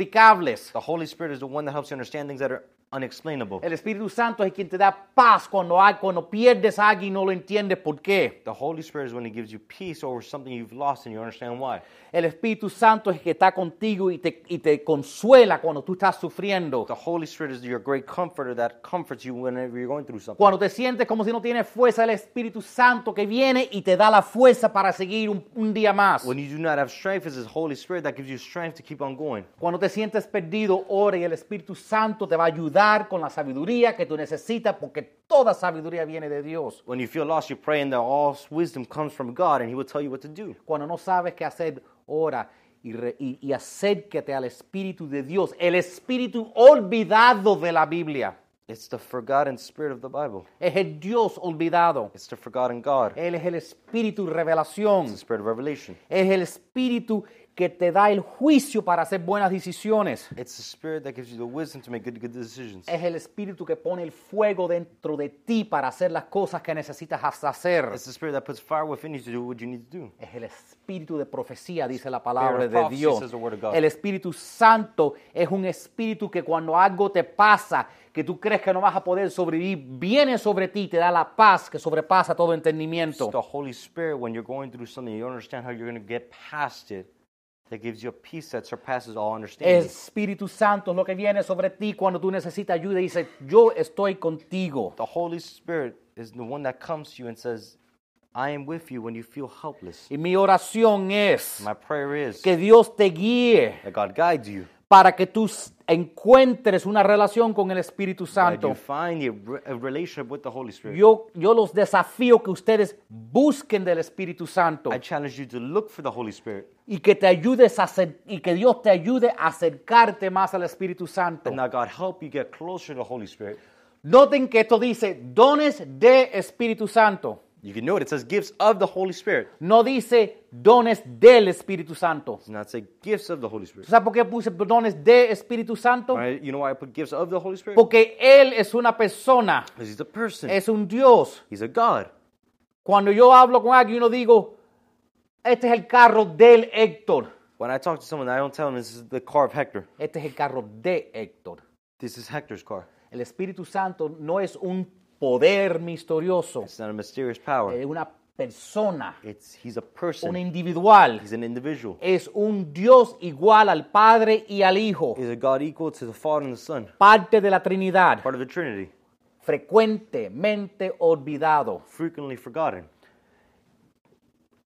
Speaker 2: inexplicables.
Speaker 4: The Holy Spirit is the one that helps you understand things that are unexplainable.
Speaker 2: El Espíritu Santo es quien te da paz cuando, hay- cuando pierdes algo y no lo entiendes por qué.
Speaker 4: The Holy Spirit is when He gives you peace over something you've lost and you understand why.
Speaker 2: El Espíritu Santo es el que está contigo y te, y te consuela cuando tú estás sufriendo.
Speaker 4: The Holy Spirit is your great comforter that comforts you whenever you're going through something.
Speaker 2: Cuando te sientes como si no tienes fuerza, el Espíritu Santo que viene y te da la fuerza para seguir un, un día más.
Speaker 4: When you do not have strength, it's the Holy Spirit that gives you strength to keep on going.
Speaker 2: Cuando te sientes perdido, ora y el Espíritu Santo te va a ayudar con la sabiduría que tú necesitas porque toda sabiduría viene de Dios.
Speaker 4: When you feel lost, you pray and that all wisdom comes from God and He will tell you what to do.
Speaker 2: Cuando no sabes qué hacer, ora y, re- y- y acércate al Espíritu de Dios, el Espíritu olvidado de la Biblia.
Speaker 4: It's the forgotten spirit of the Bible.
Speaker 2: Es el Dios olvidado.
Speaker 4: It's the forgotten God. It's
Speaker 2: Él es el Espíritu revelación.
Speaker 4: the spirit of revelation.
Speaker 2: Es el Espíritu que te da el juicio para hacer buenas decisiones.
Speaker 4: It's the spirit that gives you the wisdom to make good, good decisions.
Speaker 2: Es el Espíritu que pone el fuego dentro de ti para hacer las cosas que necesitas hacer.
Speaker 4: It's the spirit that puts fire within you to do what you need to do.
Speaker 2: Es el espíritu de profecía, dice la palabra
Speaker 4: of
Speaker 2: de
Speaker 4: prophecy,
Speaker 2: Dios.
Speaker 4: says the word of God.
Speaker 2: El Espíritu Santo es un espíritu que cuando algo te pasa, que tú crees que no vas a poder sobrevivir, viene sobre ti y te da la paz que sobrepasa todo
Speaker 4: It's the
Speaker 2: entendimiento.
Speaker 4: Holy Spirit when you're going through something, you understand how you're going to get past it. That gives you a peace that surpasses all
Speaker 2: El
Speaker 4: understanding.
Speaker 2: Espíritu Santo es lo que viene sobre ti cuando tú necesitas ayuda y dice, yo estoy contigo.
Speaker 4: The Holy Spirit is the one that comes to you and says, I am with you when you feel helpless.
Speaker 2: Y mi oración es
Speaker 4: My prayer is
Speaker 2: que Dios te guíe
Speaker 4: that God guides you,
Speaker 2: para que tú s- encuentres una relación con el Espíritu
Speaker 4: that you
Speaker 2: Santo.
Speaker 4: find a, re- a relationship with the Holy Spirit.
Speaker 2: Yo, yo los desafío que ustedes busquen del Espíritu Santo
Speaker 4: I challenge you to look for the Holy Spirit
Speaker 2: y que te ayudes a acer- y que Dios te ayude a acercarte más al Espíritu Santo.
Speaker 4: and now God help you get closer to the Holy Spirit.
Speaker 2: Noten que esto dice dones de Espíritu Santo.
Speaker 4: You can know it. It says gifts of the Holy Spirit.
Speaker 2: No dice dones del Espíritu Santo.
Speaker 4: It does not say gifts of the Holy Spirit.
Speaker 2: ¿Tú ¿Sabes por qué puse dones de Espíritu Santo?
Speaker 4: Why- you know why I put gifts of the Holy Spirit?
Speaker 2: Porque Él es una persona,
Speaker 4: Because he's a person.
Speaker 2: es un Dios.
Speaker 4: He's a God.
Speaker 2: Cuando yo hablo con alguien, yo no digo, este es el carro del Héctor,
Speaker 4: When I talk to someone, I don't tell them this is the car of Hector.
Speaker 2: este es el carro de Héctor.
Speaker 4: This is Hector's car.
Speaker 2: El Espíritu Santo no es un poder misterioso,
Speaker 4: It's not a mysterious power.
Speaker 2: es una persona,
Speaker 4: It's he's a
Speaker 2: un
Speaker 4: person.
Speaker 2: individual,
Speaker 4: He's an individual.
Speaker 2: es un Dios igual al Padre y al Hijo,
Speaker 4: He's a God equal to the Father and the Son,
Speaker 2: parte de la Trinidad,
Speaker 4: part of the Trinity,
Speaker 2: frecuentemente olvidado.
Speaker 4: frequently forgotten.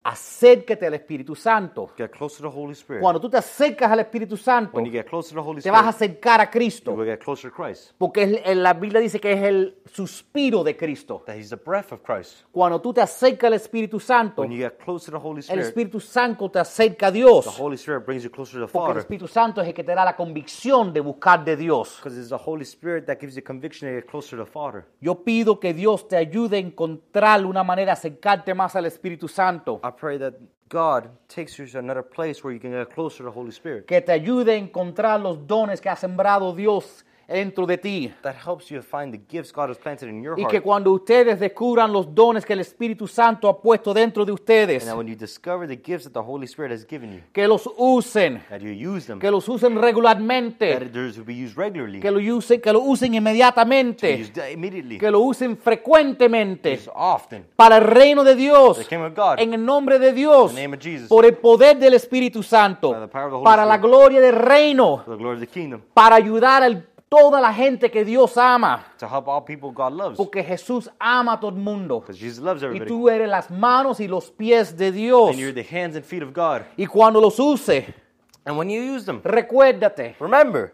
Speaker 2: Acércate al Espíritu Santo.
Speaker 4: Get close to the Holy Spirit.
Speaker 2: Cuando tú te acercas al Espíritu Santo,
Speaker 4: When you get close to the Holy
Speaker 2: te vas a
Speaker 4: Spirit,
Speaker 2: acercar a
Speaker 4: you
Speaker 2: Cristo,
Speaker 4: will get closer to Christ.
Speaker 2: porque es- en la Biblia dice que es el suspiro de Cristo.
Speaker 4: That he's the breath of Christ.
Speaker 2: Cuando tú te acercas al Espíritu Santo,
Speaker 4: When you get close to the Holy
Speaker 2: el
Speaker 4: Spirit,
Speaker 2: Espíritu Santo te acerca a
Speaker 4: the
Speaker 2: Dios.
Speaker 4: Holy Spirit brings you closer to the
Speaker 2: Porque el
Speaker 4: Father.
Speaker 2: Espíritu Santo es el que te da la convicción de buscar de Dios.
Speaker 4: Because it's the Holy Spirit that gives you conviction to get closer to the Father.
Speaker 2: Yo pido que Dios te ayude a encontrar una manera de acercarte más al Espíritu Santo.
Speaker 4: I pray that God takes you to another place where you can get closer to the Holy Spirit.
Speaker 2: que te ayude a encontrar los dones que ha sembrado Dios dentro de ti.
Speaker 4: That helps you to find the gifts God has planted in your
Speaker 2: Y
Speaker 4: heart.
Speaker 2: que cuando ustedes descubran los dones que el Espíritu Santo ha puesto dentro de
Speaker 4: And
Speaker 2: ustedes,
Speaker 4: that when you discover the gifts that the Holy Spirit has given you,
Speaker 2: que los usen,
Speaker 4: that you use them,
Speaker 2: que los usen
Speaker 4: that
Speaker 2: regularmente,
Speaker 4: it is to be used regularly,
Speaker 2: que lo usen, que lo usen
Speaker 4: be
Speaker 2: inmediatamente,
Speaker 4: used immediately,
Speaker 2: que lo usen frecuentemente
Speaker 4: used often.
Speaker 2: para el reino de Dios,
Speaker 4: The kingdom of God.
Speaker 2: en el nombre de Dios,
Speaker 4: In the name of Jesus.
Speaker 2: por el poder del Espíritu Santo,
Speaker 4: By the power of the Holy
Speaker 2: para la
Speaker 4: Spirit.
Speaker 2: gloria del reino,
Speaker 4: for the glory of the kingdom,
Speaker 2: para ayudar a toda la gente que Dios ama.
Speaker 4: to help all people God loves.
Speaker 2: Porque Jesús ama a todo el mundo.
Speaker 4: Because Jesus loves
Speaker 2: Y
Speaker 4: everybody.
Speaker 2: tú eres las manos y los pies de Dios.
Speaker 4: and you're the hands and feet of God.
Speaker 2: Y cuando los use,
Speaker 4: And when you use them,
Speaker 2: recuérdate,
Speaker 4: remember,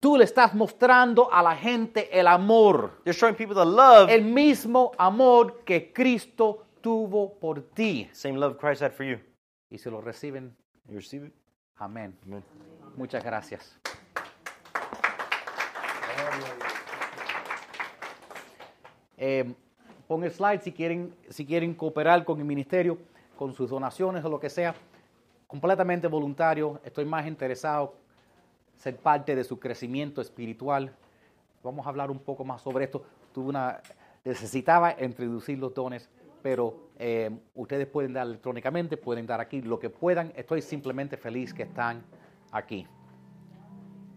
Speaker 2: tú le estás mostrando a la gente el amor.
Speaker 4: you're showing people the love,
Speaker 2: El mismo amor que Cristo tuvo por ti.
Speaker 4: same love Christ had for you.
Speaker 2: Y si lo reciben,
Speaker 4: You receive it?
Speaker 2: amén.
Speaker 4: Amen.
Speaker 2: Muchas gracias. Eh, pon el slide si quieren, si quieren cooperar con el ministerio, con sus donaciones o lo que sea. Completamente voluntario. Estoy más interesado ser parte de su crecimiento espiritual. Vamos a hablar un poco más sobre esto. Tuve una, necesitaba introducir los dones, pero eh, ustedes pueden dar electrónicamente, pueden dar aquí lo que puedan. Estoy simplemente feliz que están aquí.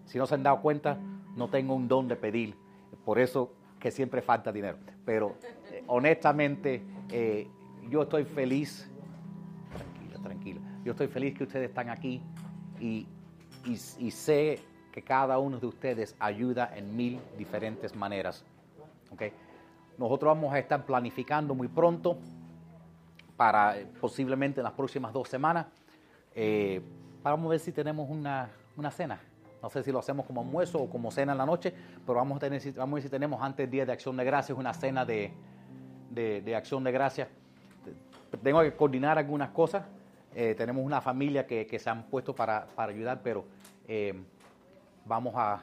Speaker 2: Si no se han dado cuenta, no tengo un don de pedir. Por eso que siempre falta dinero. Pero eh, honestamente, eh, yo estoy feliz. Tranquila, tranquila. Yo estoy feliz que ustedes están aquí y, y- y sé que cada uno de ustedes ayuda en mil diferentes maneras. ¿ok? Nosotros vamos a estar planificando muy pronto para eh, posiblemente en las próximas dos semanas. eh, vamos a ver si tenemos una, una cena. No sé si lo hacemos como almuerzo o como cena en la noche, pero vamos a, tener, si- vamos a ver si tenemos antes del Día de Acción de Gracias una cena de, de- de Acción de Gracias. Te- Tengo que coordinar algunas cosas. eh, tenemos una familia que, que se han puesto para, para ayudar, pero eh, vamos a,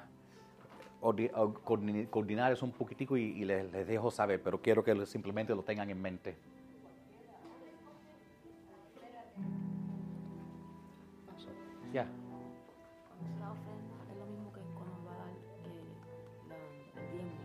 Speaker 2: ordi- o- coordi- coordinar eso un poquitico y, y les, les dejo saber, pero quiero que lo- simplemente lo tengan en mente. So, yeah.